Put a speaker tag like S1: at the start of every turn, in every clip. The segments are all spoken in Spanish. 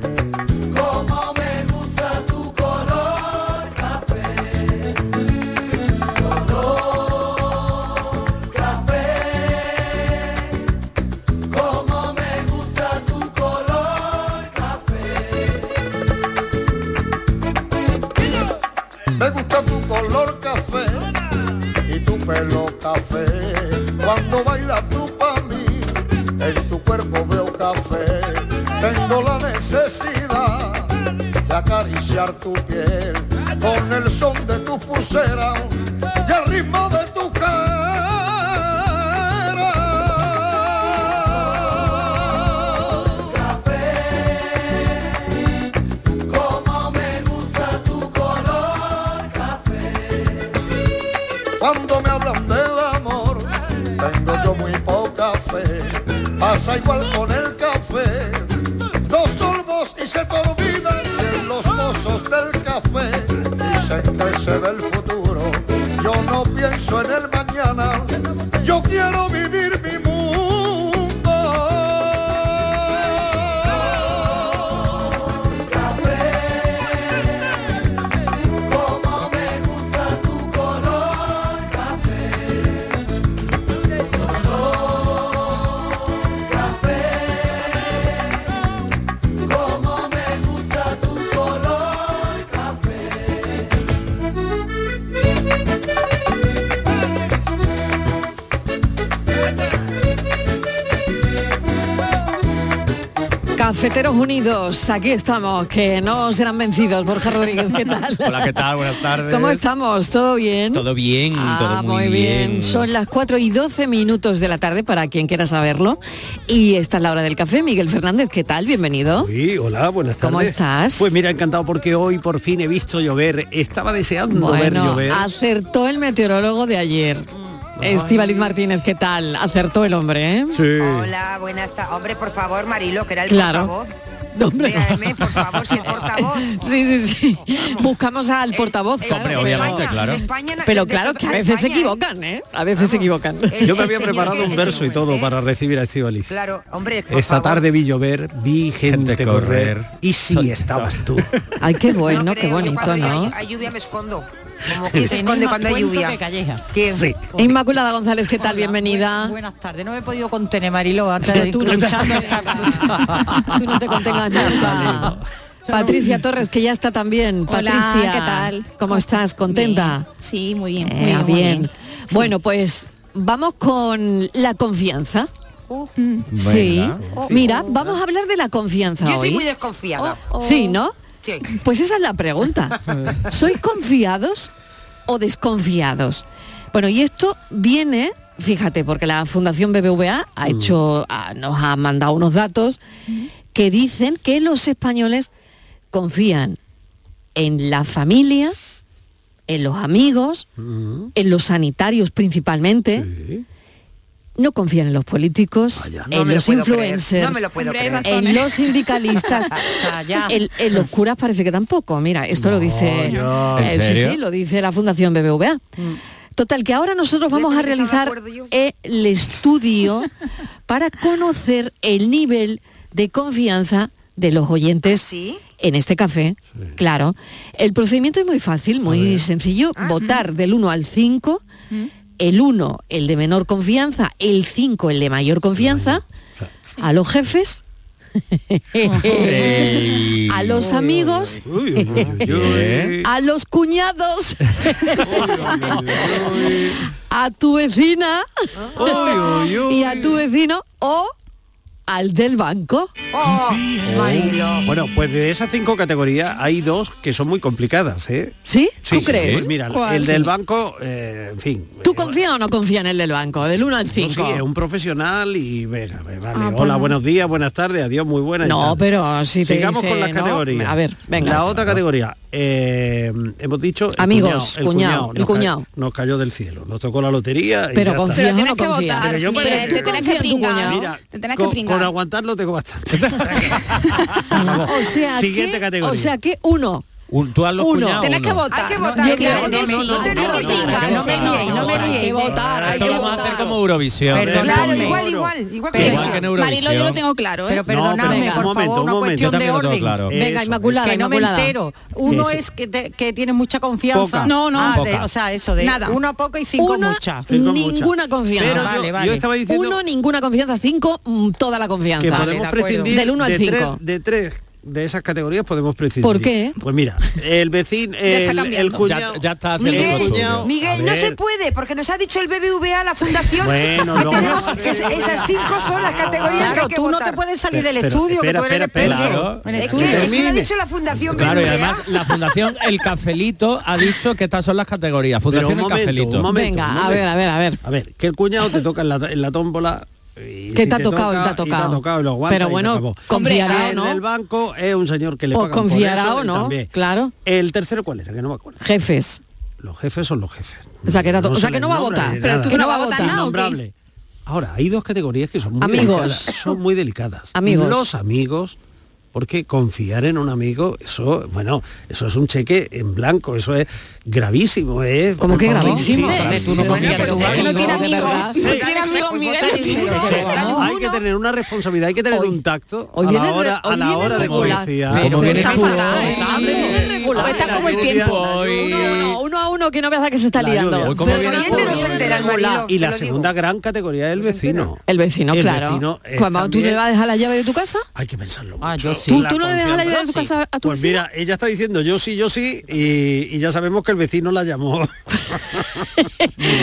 S1: Como me gusta tu color café, color café. Como me gusta tu color café.
S2: Me gusta tu color café y tu pelo café. Cuando bailas tú para mí, en tu cuerpo veo café. Tengo la necesidad de acariciar tu piel con el son de tu pulsera y el ritmo de tu
S1: Como me gusta tu color
S2: Cuando me hablan del amor, tengo yo muy poca fe. Pasa igual con el café. Dos sorbos y se te olvidan de los mozos del café. Dicen que se ve el futuro. Yo no pienso en el mañana. Yo quiero vivir mi mundo.
S1: Como me gusta tu color café, color café. Como me gusta tu color
S3: Cafeteros Unidos, aquí estamos, que no serán vencidos. Borja Rodríguez, ¿qué tal?
S4: Hola, ¿qué tal? Buenas tardes.
S3: ¿Cómo estamos? ¿Todo bien?
S4: Todo bien,
S3: Ah,
S4: todo muy,
S3: muy bien. Son las 4 y 12 minutos de la tarde para quien quiera saberlo. Y esta es la hora del café. Miguel Fernández, ¿qué tal? Bienvenido.
S5: Sí, hola, buenas tardes.
S3: ¿Cómo estás?
S5: Pues mira, encantado porque hoy por fin he visto llover. Estaba deseando ver
S3: Bueno, ah,
S5: llover.
S3: acertó el meteorólogo de ayer. Estivaliz Martínez, ¿qué tal? Acertó el hombre, ¿eh?
S5: Sí.
S6: Hola, buenas tardes. Hombre, por favor, Marilo, que era el
S3: Claro.
S6: portavoz.
S3: Hombre.
S6: Véame, por favor, si el portavoz.
S3: Sí, sí, sí. Buscamos al portavoz, claro.
S4: Hombre, obviamente, claro.
S3: Pero claro, que a veces se equivocan, ¿eh? A veces se equivocan.
S5: Yo me había preparado un verso y todo
S3: ¿eh?
S5: para recibir a Estivaliz.
S6: Claro, hombre, por
S5: Esta
S6: favor.
S5: tarde vi llover, vi gente,
S4: Gente
S5: correr.
S4: correr.
S5: Y si estabas tú.
S3: Ay, qué bueno,
S6: No
S3: qué
S6: creo,
S3: bonito,
S6: cuando
S3: ¿no?
S6: Hay, hay lluvia me escondo. Como que se esconde
S7: más
S6: cuando hay
S7: cuento
S6: lluvia.
S7: que calleja.
S6: ¿Quién?
S5: Sí.
S3: Inmaculada González, ¿qué tal? Bienvenida.
S7: Buenas tardes, no me he podido contener, Marilo, antes de
S3: Tú no,
S7: escuchando esta
S3: Tú no te contengas nunca. Patricia Torres, que ya está también.
S8: Hola,
S3: Patricia,
S8: ¿qué tal?
S3: ¿Cómo estás? ¿Contenta?
S8: Bien. Sí, muy bien.
S3: Eh,
S8: muy bien. muy
S3: bien.
S8: ah, bien.
S3: Bueno, pues vamos con la confianza.
S6: Uh.
S3: Mm. Sí. Mira, vamos a hablar de la confianza
S6: Oh, Yo soy
S3: hoy. Oh,
S6: muy desconfiada.
S3: Sí, ¿no?
S6: Sí.
S3: Pues esa es la pregunta. ¿Sois confiados o desconfiados? Bueno, y esto viene, fíjate, porque la Fundación BBVA ha hecho, ha- nos ha mandado unos datos que dicen que los españoles confían en la familia, en los amigos,
S6: Mm.
S3: en los sanitarios principalmente. No confían en los políticos,
S6: No
S3: en
S6: me lo
S3: los
S6: puedo creer,
S3: influencers,
S6: No me lo puedo
S8: Hombre,
S6: creer.
S8: Rafa-
S3: en los sindicalistas.
S7: Calla.
S3: El, en los curas parece que tampoco. Mira, esto lo dice.
S5: ya.
S4: ¿En
S3: Eh, sí,
S4: serio?
S3: sí, lo dice la Fundación BBVA.
S6: Mm.
S3: Total, que ahora
S6: ¿Ves
S3: nosotros vamos
S6: por
S3: a
S6: qué estaba de
S3: realizar
S6: acuerdo yo?
S3: el estudio para conocer el nivel de confianza de los oyentes
S6: ¿Ah, ¿Sí?
S3: en este café. Claro. El procedimiento es muy fácil, muy sencillo.
S6: Ah.
S3: Votar del 1 al 5. El 1, el de menor confianza, el 5, el de mayor confianza, a los jefes,
S4: Ey.
S3: a los amigos
S5: Uy, uy, uy, uy.
S3: a los cuñados, a tu vecina
S5: Uy, uy, uy.
S3: y a tu vecino o al del banco.
S6: Oh, Marilo.
S5: Bueno, pues de esas cinco categorías hay dos que son muy complicadas, ¿eh?
S3: ¿Sí?
S5: Sí,
S3: ¿Tú crees?
S5: pues mira,
S3: ¿Cuál?
S5: el del banco, eh, en fin.
S3: ¿Tú
S5: eh,
S3: confías o no confías en el del banco? Del 1 al
S5: Sí,
S3: 5.
S5: es un profesional y venga, ve, vale. Hola, buenos días, buenas tardes, adiós, muy buenas. y
S3: Ah, pues No,
S5: tal.
S3: pero si te
S5: Sigamos
S3: dice
S5: con las
S3: no,
S5: categorías.
S3: a ver, venga.
S5: La otra categoría, eh, hemos dicho... el
S3: Amigos, cuñado, el
S5: nos ca-
S3: cuñado.
S5: Nos cayó del cielo, nos tocó la lotería y
S3: Pero
S5: ya
S3: confía.
S5: está.
S8: Pero tienes
S3: no
S8: que
S3: confía.
S8: votar.
S5: Pero yo
S8: Miguel,
S5: parece-
S8: te tienes
S3: Confía en
S8: que
S3: tu
S8: pringar.
S3: cuñado.
S5: Mira,
S8: te tienes que
S5: con,
S8: pringar.
S5: con aguantarlo tengo bastante.
S3: O sea,
S5: Siguiente
S3: que,
S5: categoría.
S3: o sea que uno,
S4: Un- tú has los
S3: Uno,
S4: cuñados,
S3: tenés que
S4: uno.
S3: votar.
S6: Hay que votar,
S3: Yo creo
S6: claro
S3: que
S6: que
S3: sí.
S6: sí.
S3: No
S6: Tenés que
S3: picar,
S7: no me
S3: sí,
S7: liéis, no me
S3: Hay que
S7: liéis.
S3: votar, hay
S4: Esto
S3: que
S4: lo vamos a hacer
S3: votar.
S4: como Eurovisión.
S7: Perdón,
S6: Claro,
S7: Perdóname.
S6: igual, igual, igual que
S7: Pero-
S6: eso.
S4: Igual que en
S8: Marilo,
S4: Eurovisión.
S8: yo lo tengo claro, ¿eh?
S7: Pero perdonadme,
S3: venga,
S7: por
S5: un momento,
S7: favor, una
S5: un momento.
S7: cuestión
S4: Yo
S7: de
S4: también lo tengo
S7: orden.
S4: claro.
S5: Eh,
S3: Venga,
S5: Eso,
S3: Inmaculada,
S7: que no me
S3: Inmaculada.
S7: entero. Uno
S5: Eso.
S7: es que, te- que tienes mucha confianza.
S5: Poca.
S8: No, no.
S7: Ah, de-
S4: Poca.
S7: o sea, eso de
S8: Nada.
S7: una poca y cinco
S3: Una,
S7: muchas.
S5: Cinco muchas.
S3: ninguna confianza.
S5: Pero
S7: Vale,
S5: yo,
S7: vale.
S5: yo estaba diciendo
S3: Uno, ninguna confianza. Cinco, mm, toda la
S5: que
S3: confianza.
S7: de
S5: podemos
S7: acuerdo.
S5: prescindir
S3: Del uno al
S5: de,
S3: cinco.
S5: tres, de tres de esas categorías podemos prescindir.
S3: ¿Por qué?
S5: Pues mira, el vecino,
S8: está
S5: el,
S8: cambiando.
S5: el cuñado,
S4: Ya- ya está haciendo
S5: el
S4: lo
S5: cuñado,
S4: suyo.
S6: Miguel, no
S5: a ver,
S6: se puede, porque nos ha dicho el BBVA, la fundación,
S5: Bueno,
S6: que
S5: luego-
S6: tenemos que es- esas cinco son las categorías que
S7: Claro,
S6: hay que
S7: tú no
S6: votar.
S7: te puedes salir del
S5: Pero-
S7: estudio,
S5: espera,
S7: que tú eres
S5: espera,
S7: experto
S4: espera.
S7: en
S6: Es que- es
S7: estudio.
S6: que, lo ha
S5: Termine.
S6: dicho la fundación
S4: Claro, y
S6: BBVA.
S4: además la Fundación El Cafelito ha dicho que estas son las categorías.
S5: pero
S4: Fundación
S5: un
S4: El
S5: momento, un
S4: Cafelito.
S5: momento,
S3: Venga,
S5: un
S3: a ver,
S5: momento.
S3: a ver, a ver.
S5: A ver, que el cuñado te toca en la, en la tómbola. y
S3: Que
S5: si
S3: te ha tocado, y te ha
S5: toca,
S3: tocado.
S5: Y lo aguanta
S3: Pero
S5: y se
S3: bueno,
S5: acabó.
S3: confiará
S5: Hombre,
S3: o
S5: el
S3: no.
S5: del banco es un señor que le
S3: Pues
S5: pagan por
S3: confiará
S5: eso,
S3: o
S5: él
S3: no, claro.
S5: El tercero, ¿cuál era? Que no me acuerdo.
S3: Jefes.
S5: Los jefes son los jefes.
S3: O sea, que te ha to- o
S5: se
S3: sea, que
S5: les
S3: no va a
S5: nombra
S3: votar.
S5: ni
S3: Pero
S5: nada.
S3: tú no vas a votar nada, ¿o qué?
S5: Innombrable. Ahora, hay dos categorías que son muy
S3: Amigos.
S5: delicadas. Son muy delicadas.
S3: Amigos.
S5: Los amigos, porque confiar en un amigo, eso, bueno, eso es un cheque en blanco, eso es gravísimo, es.
S3: ¿Cómo que
S5: Sí,
S3: gravísimo?
S5: sí,
S4: Vale,
S5: sí,
S4: tú no
S5: sí,
S4: confías
S5: sí,
S4: en tu
S5: sí,
S4: amigo.
S5: sí,
S3: No tiene
S5: de
S3: amigos.
S5: verdad.
S3: Sí.
S5: Sí,
S8: Tiene amigos, Miguel,
S5: no, hay que tener una responsabilidad, hay que tener
S3: Hoy-
S5: un tacto
S3: hoy
S5: a la
S3: viene re-
S5: hora,
S3: hoy
S5: a la
S3: viene
S5: hora de
S3: regular.
S5: policía.
S4: Pero
S5: Como viene
S3: está
S5: el
S7: Ah,
S5: fútbol.
S3: fatal, ¿eh?
S4: fatal.
S3: me viene regular.
S5: Ay,
S8: Está
S5: la
S8: como el
S5: lluvia,
S8: tiempo.
S5: la
S4: Hoy-
S3: Uno a uno, uno a uno que no veas a que se está
S5: La
S3: liando.
S5: lluvia. Hoy
S4: como
S3: Pero
S4: viene
S3: el
S4: el
S3: fútbol
S6: oyente no se
S3: viene
S6: entera, el
S3: regular.
S6: marido.
S5: Y
S6: Te
S5: la
S6: lo digo.
S5: segunda gran categoría es el vecino.
S3: El vecino, claro.
S5: vecino es
S3: Cuando tú
S5: también-
S3: le vas a dejar la llave de tu casa,
S5: Hay que pensarlo mucho.
S7: Ah, yo sí.
S3: tú,
S5: La
S3: tú no le dejas la
S5: confianza.
S3: llave de tu
S7: sí.
S3: casa a tu
S5: Pues
S3: vecino?
S5: mira, ella está diciendo yo sí, yo sí, y, y ya sabemos que el vecino la llamó.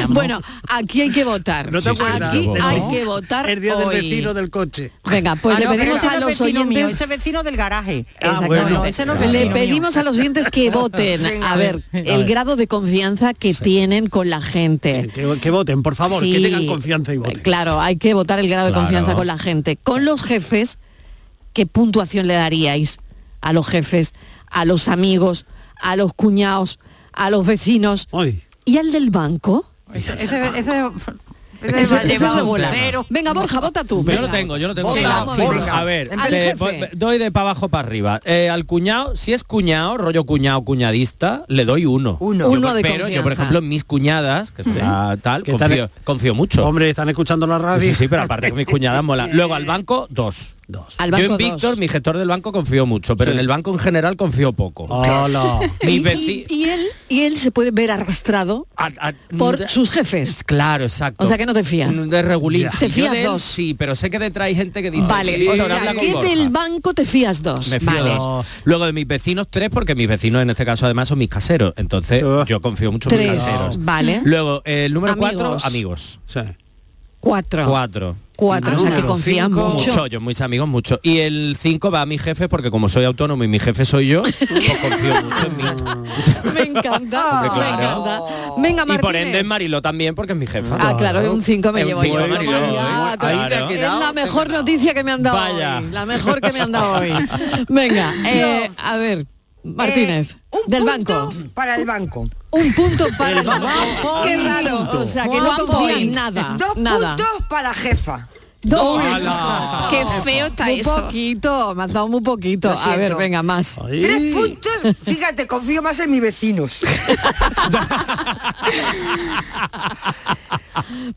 S3: Bueno, aquí hay que votar.
S5: ¿No te
S4: sí,
S5: acuerdas?
S3: aquí
S4: del
S3: hay
S4: vecino?
S3: que votar
S5: El día
S3: hoy.
S5: del vecino del coche.
S3: Venga, pues
S7: Ah,
S3: le
S7: no, pero
S3: pedimos
S7: ese
S3: a
S7: no es
S3: los
S7: vecino mío,
S3: oyentes...
S7: ese vecino del garaje.
S5: Ah,
S7: Exacto,
S5: bueno.
S7: no, ese no es
S5: Claro.
S3: Le
S7: vecino mío.
S3: pedimos a los oyentes que voten,
S6: Venga,
S3: a
S6: a
S3: ver, el grado de confianza que tienen con la gente.
S5: Que, que voten, por favor, que
S3: Sí. eh,
S5: tengan confianza y voten.
S3: Claro, hay que votar el grado de
S4: Claro.
S3: confianza con la gente. Con los jefes, ¿qué puntuación le daríais a los jefes, a los amigos, a los cuñados, a los vecinos
S5: Hoy.
S3: y al del banco?
S7: Ese, ese- ese- ese
S3: Eso,
S7: va a
S3: eso
S7: llevar
S3: es
S7: un
S3: regular.
S7: cero.
S3: Venga, Borja, vota tú.
S4: Yo lo
S3: venga.
S4: tengo, yo lo tengo.
S5: Venga,
S4: claro.
S5: vamos, venga.
S4: A ver,
S3: Al
S4: le-
S3: jefe.
S4: voy- doy de para abajo para arriba. Eh, al cuñado, si es cuñado, rollo cuñado, cuñadista, le doy uno.
S3: Uno.
S4: Yo,
S3: Uno de
S4: pero yo, por
S3: confianza.
S4: ejemplo, en mis cuñadas, que sea tal,
S5: Que tal-
S4: confío, confío mucho.
S5: Hombre, están escuchando la radio.
S4: Sí, sí, sí, pero aparte que mis cuñadas mola. Luego al banco, dos.
S5: Dos.
S4: yo
S3: Al banco
S4: en
S3: dos.
S4: Víctor, mi gestor del banco, confío mucho, pero
S5: Sí.
S4: en el banco en general confío poco.
S5: Hola.
S4: Mis
S3: Y- y,
S4: veci-
S3: y él, y él se puede ver arrastrado
S4: a- a-
S3: por sus jefes.
S4: Claro, exacto.
S3: O sea, que no te fías.
S4: De regulín.
S5: Ya.
S4: Si
S3: Te
S4: yo
S3: fías
S4: de él,
S3: dos.
S4: Sí, pero sé que detrás hay gente que dice.
S3: Vale, o
S4: "Víctor,
S3: sea,
S4: habla con
S3: que
S4: Borja".
S3: del banco te fías dos.
S4: Me fío
S3: Vale.
S4: dos. Luego de mis vecinos, tres, porque mis vecinos en este caso además son mis caseros. Entonces
S5: Sí.
S4: yo confío mucho en mis
S3: Tres,
S4: caseros.
S3: vale.
S4: Luego, el número
S3: Amigos.
S4: cuatro, amigos.
S5: Sí.
S3: Cuatro.
S4: Cuatro.
S3: Cuatro,
S5: Ah,
S3: o sea que
S5: número
S3: confías
S5: cinco.
S3: mucho.
S4: Mucho, yo mis amigos, mucho. Y el cinco va a mi jefe, porque como soy autónomo y mi jefe soy yo, pues confío mucho en mí.
S3: Me encanta,
S4: Hombre,
S3: me
S4: claro.
S3: encanta. Venga,
S4: Y
S3: Martínez.
S4: por ende en Mariló también, porque es mi jefa.
S3: Ah, claro, un 5 me
S4: Es un
S3: llevo
S4: cinco,
S3: yo.
S4: Mariló,
S3: Toma
S4: ¿eh?
S3: ya,
S4: Ahí te
S3: claro.
S4: has
S3: es la mejor noticia que me han dado
S4: Vaya.
S3: hoy. La mejor que me han dado hoy. Venga, eh, a ver, Martínez,
S6: Eh, un
S3: del
S6: punto
S3: banco.
S6: Para el banco.
S3: Un punto para el banco.
S6: Qué raro.
S3: O sea, que no
S6: One
S3: confías en
S6: point.
S3: nada.
S6: Dos
S3: nada.
S6: puntos para la jefa.
S3: Dos.
S4: ¡Hala!
S8: Qué feo está
S3: Un
S8: eso.
S3: poquito, me has dado muy poquito.
S6: Lo
S3: A ver,
S6: siento.
S3: venga, más.
S5: Ahí.
S6: Tres puntos. Fíjate, confío más en mis vecinos.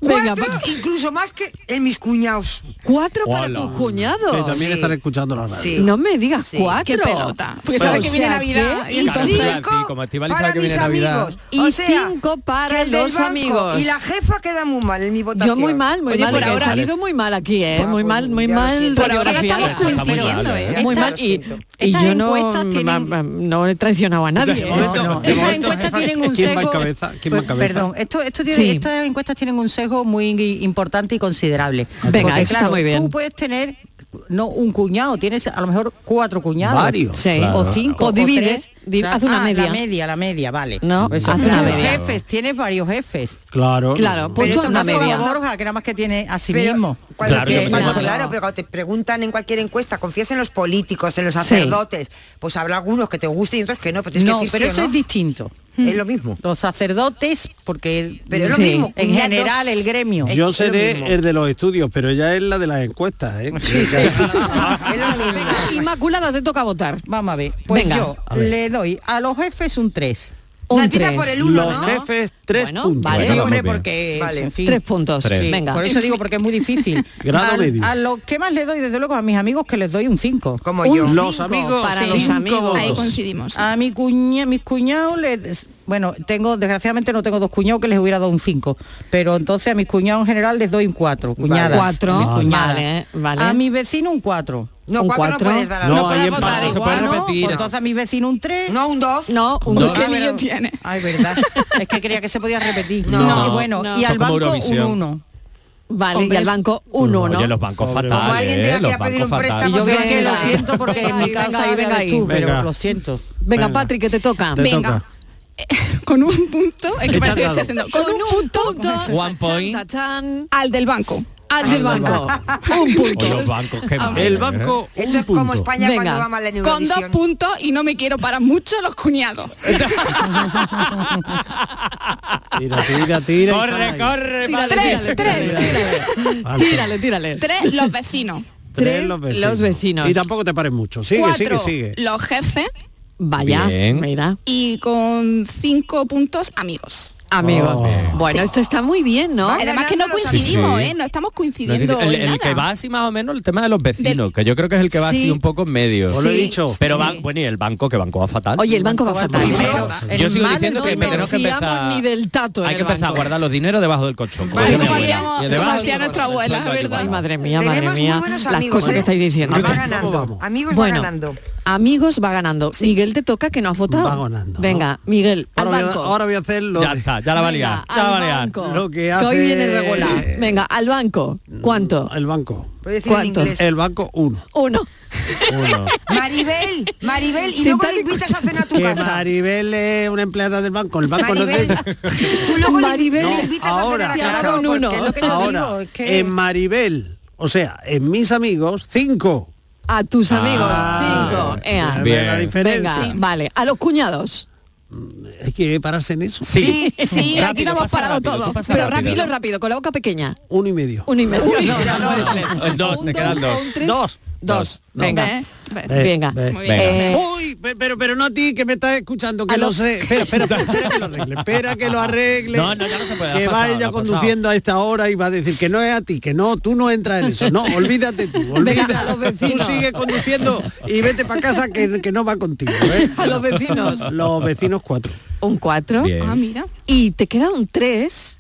S3: Venga,
S6: Cuatro,
S3: va-
S6: incluso más que en mis cuñados.
S3: cuatro para
S4: Hola.
S3: tus
S5: Que
S3: cuñados.
S5: también
S6: Sí.
S5: están escuchando la radio.
S6: Sí.
S3: No me digas
S6: Sí.
S3: cuatro.
S8: Qué pelota.
S3: Pues
S8: Porque
S3: ahora
S8: sabe que viene Navidad.
S3: Y,
S6: Y
S4: Claro, claro, sí,
S6: cinco
S4: como Estivali
S6: para
S4: sabe que
S6: mis
S4: viene Navidad.
S6: amigos.
S3: Y
S6: O sea,
S3: cinco para
S6: que el del
S3: los
S6: banco
S3: amigos.
S6: Y la jefa queda muy mal en mi votación.
S3: Yo muy mal, muy
S8: Oye,
S3: mal.
S8: por
S3: que He
S8: ahora-
S3: salido muy mal aquí, ¿eh?
S6: Ah,
S3: Muy
S6: pues,
S3: mal, muy
S6: ya lo
S3: mal.
S6: siento.
S8: Por ahora no
S3: radiografiada.
S8: estamos
S4: Está muy mal,
S8: coincidiendo,
S4: ¿eh?
S8: ¿eh?
S3: Muy
S6: Está
S3: mal. Y,
S6: distinto.
S3: y
S7: Estas
S3: yo no,
S7: encuestas tienen-
S3: ma- ma- no he traicionado a nadie. ¿eh?
S5: momento-
S7: No, no,
S5: de
S7: Estas
S5: momento,
S7: encuestas
S5: jefa,
S7: tienen un
S5: ¿quién va en
S7: sesgo.
S5: cabeza? ¿Quién va en
S7: Pe-
S5: cabeza?
S7: Perdón, esto, esto tiene-
S3: Sí.
S7: estas encuestas tienen un sesgo muy importante y considerable.
S3: Venga, eso está muy bien.
S7: Tú puedes tener no un cuñado, tienes a lo mejor cuatro cuñados.
S5: Varios.
S3: Sí.
S7: Ah, O
S4: Claro.
S7: cinco.
S3: O divides,
S7: tres.
S3: di-
S7: Claro.
S3: haz una
S7: Ah,
S3: media.
S7: La media, la media, vale. Pues
S3: No,
S7: Eso.
S3: haz una
S7: Tus
S3: media.
S7: jefes, tienes varios jefes.
S5: Claro.
S3: Claro,
S5: no.
S3: pues
S7: Pero
S3: tú haz
S7: esto
S3: una
S7: no es como
S3: media.
S7: Borja, que nada más que tiene a sí
S6: Pero
S7: mismo.
S6: cuando
S4: Claro,
S6: te-
S4: yo pensaba-
S6: cuando-
S3: Claro.
S6: claro, pero cuando te preguntan en cualquier encuesta, ¿confías en los políticos, en los sacerdotes? Pues habrá algunos que te gusten y otros que no, pero tienes
S7: No,
S6: que decir
S7: pero
S6: sí o
S7: eso
S6: no.
S7: es distinto.
S6: Es lo mismo.
S7: Los sacerdotes, porque
S6: Pero es lo mismo,
S7: en
S6: cuñados.
S7: general el gremio.
S5: Yo
S6: es lo mismo.
S5: seré eh, el de los estudios, pero ella es la de las encuestas, ¿eh?
S3: Venga, Ah, Inmaculada, te toca votar.
S7: Vamos a ver. Pues
S3: Venga.
S7: yo
S5: A ver.
S7: le doy a los jefes un 3.
S3: Un
S6: empieza
S3: tres.
S6: por el uno,
S5: Los
S6: ¿no?
S5: jefes, tres
S3: Bueno,
S5: puntos.
S3: vale.
S4: Esa la hemos
S7: Ah. hombre,
S4: bien.
S7: porque
S6: Vale.
S7: en fin.
S3: Tres puntos.
S4: Tres.
S7: Sí,
S3: Venga.
S7: Por eso digo, porque es muy difícil.
S5: Grado
S7: Al-
S5: medio.
S7: A los que más le doy, desde luego, a mis amigos que les doy un 5.
S6: Como
S3: Un
S6: yo.
S3: cinco
S5: Los amigos,
S3: para
S5: sí.
S3: los
S5: cinco
S3: amigos.
S8: Ahí
S5: votos.
S8: coincidimos.
S7: A mi cuña, mis cuñados, les, bueno, tengo, desgraciadamente no tengo dos cuñados que les hubiera dado un 5, pero entonces a mis cuñados en general les doy un 4, cuñadas.
S3: Cuatro,
S7: a mis cuñadas.
S3: vale, vale.
S7: A mi vecino un 4.
S6: No,
S3: Un
S6: cuatro,
S3: cuatro.
S6: no puedes dar a
S5: No,
S6: los-
S5: ahí
S6: puedes
S5: empata,
S6: votar,
S5: no
S6: ¿eh?
S4: se puede
S6: Ah, ¿no?
S4: repetir. Tira.
S7: Pues entonces a mi vecino un 3.
S6: No, un dos.
S3: No, un
S4: Dos.
S3: dos.
S8: ¿Qué lío tiene?
S7: Ay, verdad. es que creía que se podía repetir.
S6: No.
S7: y bueno,
S3: No.
S7: y al
S4: Esto como
S7: banco un
S4: Eurovisión.
S7: 1.
S3: Vale, y
S8: Hombre,
S3: al
S8: es-
S3: banco un uno.
S4: Oye, los bancos
S5: Pobre.
S6: Como
S4: fatales,
S6: alguien
S4: ¿eh?
S6: tenga que
S4: los
S6: ir a pedir
S4: bancos
S6: un
S4: fatales.
S6: préstamo.
S7: Y yo creo
S3: Venga.
S7: que lo siento porque
S3: Venga
S7: en mi
S3: ahí,
S7: casa
S3: venga ahí, venga
S7: hablas
S3: ahí.
S7: tú, pero
S5: Venga.
S7: lo siento.
S3: Venga,
S5: Venga.
S3: Patrick, que te toca.
S5: Te
S8: Venga.
S5: toca.
S8: Con un punto. Es que
S5: Echa
S8: parece que
S5: al
S8: estoy
S5: lado.
S8: haciendo. Con un punto
S4: One point.
S3: Chan, chan,
S8: al del banco. Ah,
S3: Al del banco. Un punto.
S4: Oye, los bancos, qué mal,
S5: El
S4: ¿eh?
S5: banco, un
S6: Esto es
S5: punto.
S6: como España
S3: Venga.
S6: cuando va mal en
S8: Con dos
S6: Eurovisión.
S8: puntos y no me quiero para mucho los cuñados.
S5: Tira, tira, tira. y
S4: Corre,
S5: sale ahí.
S4: corre,
S3: Tírale,
S4: Madrid.
S8: Tres,
S3: tírale,
S8: tres,
S3: tírale. Tírale, tírale.
S8: Tres, los vecinos.
S5: Tres
S3: Tres, los vecinos.
S5: Y tampoco te pares mucho. Sigue, sigue,
S8: Cuatro,
S5: sigue.
S8: los jefes.
S3: Vaya,
S4: Bien.
S3: mira.
S8: Y con cinco puntos, amigos.
S3: Amigos.
S5: Oh.
S3: Bueno, esto está muy bien, ¿no?
S6: Vale.
S8: Además que no
S6: ganando los
S8: coincidimos,
S4: amigos.
S8: ¿eh? No estamos
S4: No, el,
S8: coincidiendo en
S4: el
S8: nada.
S4: que va así más o menos el tema de los vecinos,
S8: Del-
S4: que yo creo que es el que va
S3: Sí.
S4: así un poco en medio.
S5: Os lo he
S8: Sí.
S5: dicho.
S4: Pero
S8: Sí.
S4: va, bueno, y el banco, que banco va fatal.
S3: Oye, el banco va fatal.
S8: fatal.
S3: ¿eh?
S7: El
S4: Yo sigo
S7: mal
S4: diciendo
S3: no
S4: que
S3: nos
S4: tenemos que empezar.
S3: fiamos ni del tato en
S4: hay que
S3: el
S4: empezar a
S3: banco.
S4: guardar los dineros debajo del colchón.
S6: Vale,
S4: decía
S6: como
S4: mi abuela.
S8: hacíamos-
S4: Y
S6: como
S4: debajo del
S3: Ah,
S6: hacía
S4: colchón,
S6: nuestra
S4: el
S8: abuela,
S4: sueldo hay que
S8: ¿verdad?
S3: Ay,
S4: guardar.
S3: madre mía,
S6: Tenemos
S3: madre
S6: muy
S3: mía.
S6: buenos
S3: Las
S6: amigos,
S3: cosas
S6: ¿eh?
S3: que estáis diciendo.
S6: Va
S5: vamos?
S6: ganando. Amigos va
S3: Bueno,
S6: ganando.
S3: amigos va ganando. Miguel, te toca que no has votado.
S5: Va ganando.
S3: Venga, Miguel,
S5: Ahora voy,
S3: al
S5: a,
S3: banco.
S5: ahora voy a hacer lo
S4: Ya
S5: de-
S4: está, ya la valía.
S3: Venga,
S4: Ya la
S3: al
S4: valía.
S3: banco.
S5: Lo que
S3: hoy
S5: hace-
S3: viene regular. Venga, al banco. ¿Cuánto?
S5: El banco. Eh,
S6: Puedes decir en
S3: ¿Cuántos?
S6: inglés.
S5: El banco, uno.
S3: Uno.
S6: Maribel, Maribel, y luego le invitas a cenar a tu
S5: Que
S6: casa.
S5: Maribel es una empleada del banco. El banco no es de
S6: Maribel,
S5: ella.
S6: tú luego le-
S3: Maribel,
S6: le
S3: no,
S6: invitas
S5: ahora.
S6: a
S3: Te ha
S6: cenar a
S3: dado
S6: casa.
S3: un uno.
S7: porque es lo que yo
S5: Ahora,
S7: digo, es que-
S5: en Maribel, o sea, en mis amigos, cinco.
S3: A tus amigos.
S5: Ah,
S3: Cinco. Ea.
S4: bien.
S5: Ve La diferencia.
S3: Venga, vale. A los cuñados.
S5: Hay que pararse en eso.
S4: Sí.
S8: Sí,
S4: Rápido,
S8: aquí lo hemos
S4: pasa
S8: parado
S4: rápido,
S8: todo.
S4: tú pasa
S3: Pero
S4: rápido.
S3: rápido, rápido, con la boca pequeña.
S5: Uno y medio.
S3: Uno y medio. No, no,
S4: Eh, Dos,
S3: Un
S4: me quedan
S3: dos,
S4: dos.
S3: o un tres.
S5: Dos.
S3: Dos.
S4: No.
S3: Venga.
S8: Ve, ve.
S5: Eh,
S3: Venga.
S5: ve.
S8: Muy bien.
S4: Venga.
S3: Eh,
S5: Uy, pe- pero, pero no a ti que me estás escuchando, que
S3: A
S5: lo
S3: lo-
S5: sé. Espera, espera, espera, espera que lo arregle. Espera que lo arregle.
S4: No, no, ya no se puede,
S5: Que
S4: ha
S5: va
S4: pasado,
S5: ella
S4: ha pasado.
S5: conduciendo a esta hora y va a decir que no es a ti, que no, tú no entras en eso. No, olvídate tú,
S3: Venga,
S5: olvídate.
S3: a los
S5: tú
S3: vecinos.
S5: sigue conduciendo y vete para casa que, que no va contigo. ¿eh?
S3: A los vecinos.
S5: Los vecinos cuatro.
S3: Un cuatro.
S4: Bien.
S8: Ah, mira.
S3: Y te queda un tres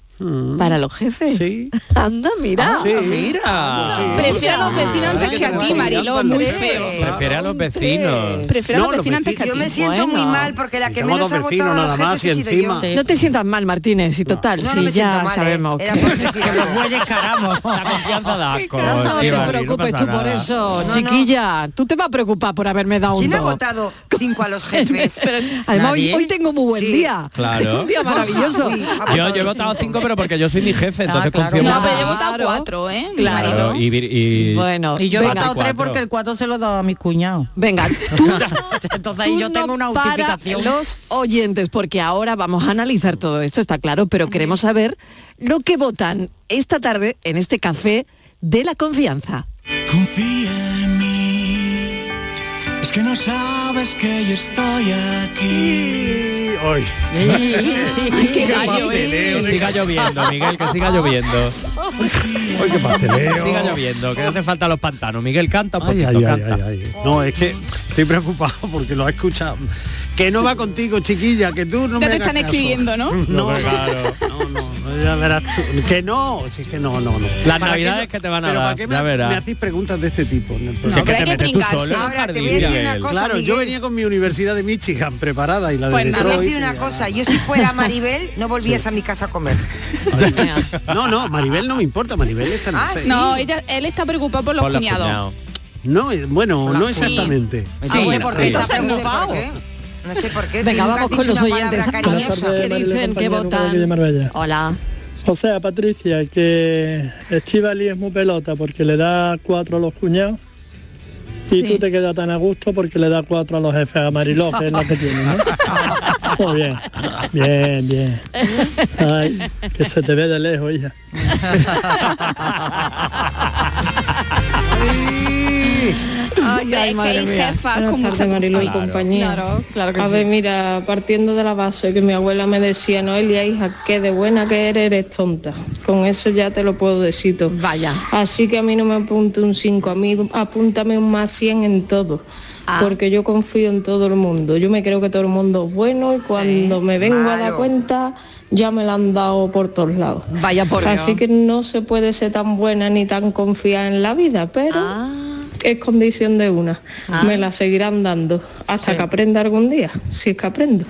S3: para los jefes.
S5: Mm. Sí. Ah,
S3: Anda, mira.
S5: Sí.
S4: Ah, Mira. Ah,
S5: Sí.
S8: Prefiero a los vecinos
S5: Ahora
S8: antes
S5: que
S8: que a
S5: tenemos que
S8: ti,
S5: ir
S8: Mariló.
S5: al
S8: Muy
S5: balcón.
S8: feo.
S4: Prefiere a los
S3: Un
S4: vecinos.
S3: tres.
S8: Prefiero
S5: No,
S8: a los
S5: los
S8: vecinos antes que a
S6: Yo
S8: ti.
S6: me siento muy
S3: Bueno.
S6: mal porque la que
S5: Quitamos
S6: menos
S5: dos
S6: ha
S5: vecinos
S6: votado a
S5: nada
S6: los
S5: más
S6: jefes
S5: y
S6: he sido yo.
S5: encima-
S7: Sí.
S3: No te sientas mal, Martínez, y total,
S6: No, no
S3: sí,
S6: me siento
S3: ya
S6: mal, ¿eh?
S3: sabemos
S6: Era
S3: que-
S6: por decir que los bueyes
S4: caramos. La confianza da asco.
S3: Casa, no
S4: Sí, Barbie,
S3: te
S4: no
S3: preocupes
S4: pasa
S3: tú por
S4: nada.
S3: eso,
S6: no.
S3: Ah. chiquilla. Tú te vas a preocupar por haberme dado un
S6: ¿Quién ha
S3: dos.
S6: votado cinco a los jefes?
S8: Pero es-
S3: Además, hoy,
S7: ¿Nadie?
S3: hoy tengo muy buen
S6: Sí.
S3: día.
S4: Claro.
S3: un día maravilloso.
S6: Sí, ha
S4: Yo,
S6: votado
S4: yo he votado
S6: cinco.
S4: cinco, pero porque yo soy mi jefe, entonces
S7: claro.
S4: confío
S8: No,
S4: mucho.
S8: pero yo he votado
S3: Claro.
S8: cuatro, ¿eh?
S3: Claro.
S4: Claro, y, vir- y-
S3: Bueno,
S7: Y yo he
S3: venga,
S7: votado tres
S4: Cuatro.
S7: porque el 4 se lo he dado a mis cuñados.
S3: venga, tú,
S7: Entonces ahí
S3: tú
S7: yo tengo una
S3: no para
S7: justificación.
S3: los oyentes, porque ahora vamos a analizar todo esto, está claro, pero queremos saber lo que votan esta tarde en este café de la confianza.
S9: Confía en mí. Es que no sabes que yo estoy aquí.
S5: Y hoy.
S4: Que
S7: ¿eh?
S4: siga lloviendo, Miguel, que siga lloviendo.
S5: Hoy qué pasteleo.
S4: Siga lloviendo, que no hace falta los pantanos. Miguel canta un
S5: Ay,
S4: poquito,
S5: ay, ay,
S4: canta.
S5: ay, ay. No, es que estoy preocupado porque lo ha escuchado. Que no va contigo, chiquilla, que tú no
S8: Ya
S5: me
S8: te
S5: hagas
S8: están
S5: caso.
S8: escribiendo, ¿no?
S4: No,
S5: No,
S4: pero claro.
S5: no, no, no, ya verás tú. Que no, si es que no, no, no.
S4: Las
S5: ¿Para qué
S4: navidades
S5: me-
S4: que te van a
S5: pero
S4: dar,
S5: ¿para qué
S4: ya
S5: me,
S4: verás.
S5: me hacéis preguntas de este tipo? en el
S4: Si es
S5: programa?
S4: que
S8: pero
S4: te
S8: hay que
S4: metes tú
S8: pringarse.
S4: solo en el
S6: Ahora, te
S4: jardín,
S6: voy a decir una
S4: Miguel.
S6: cosa.
S5: Claro, yo
S6: Miguel.
S5: venía con mi Universidad de Michigan preparada y la de
S8: Pues nada,
S6: Te voy a
S5: Detroit.
S6: decir una
S5: y la-
S6: cosa, yo si fuera Maribel no volvías a mi casa a comer.
S5: No, no, Maribel no me importa, Maribel está en el
S6: Ah,
S5: seis.
S8: No, ella, él está preocupado por los,
S4: Por los
S8: cuñados.
S4: cuñados.
S5: No, eh, bueno, no exactamente.
S8: Ah,
S6: Ah,
S7: Sí,
S4: bueno,
S8: pues
S7: porque
S4: sí.
S7: está
S6: No sé
S7: preocupado.
S6: por qué. No sé por qué. si
S3: Venga,
S6: nunca
S3: vamos
S6: has
S3: con
S6: dicho
S3: los
S6: una palabra
S3: oyentes.
S6: cariñosa.
S3: ¿Qué dicen? ¿Qué votan? Hola.
S10: O sea, Patricia, que Estivali es muy pelota porque le da cuatro a los cuñados Y tú te quedas tan a gusto porque le da cuatro a los jefes a Mariló, que es la que tiene, ¿no? Muy bien, bien, bien. Ay, que se te ve de lejos, hija.
S3: Ay, ay, madre mía.
S8: Buenas con mucha
S11: tardes, Mariló y
S8: culpa.
S11: compañía.
S8: Claro, claro que
S11: a
S8: sí.
S11: ver, mira, partiendo de la base que mi abuela me decía, Noelia, hija, que de buena que eres, eres tonta. Con eso ya te lo puedo decir todo.
S3: Vaya.
S11: Así que a mí no me apunte un 5, a mí apúntame un más 100 en todo.
S7: Ah.
S11: Porque yo confío en todo el mundo. Yo me creo que todo el mundo es bueno y cuando me vengo a dar
S3: malo.
S11: cuenta ya me la han dado por todos lados.
S3: Vaya por Dios.
S11: Así que no se puede ser tan buena ni tan confiada en la vida, pero
S3: Ah.
S11: es condición de una. Me la seguirán dando hasta que aprenda algún día, si es que aprendo.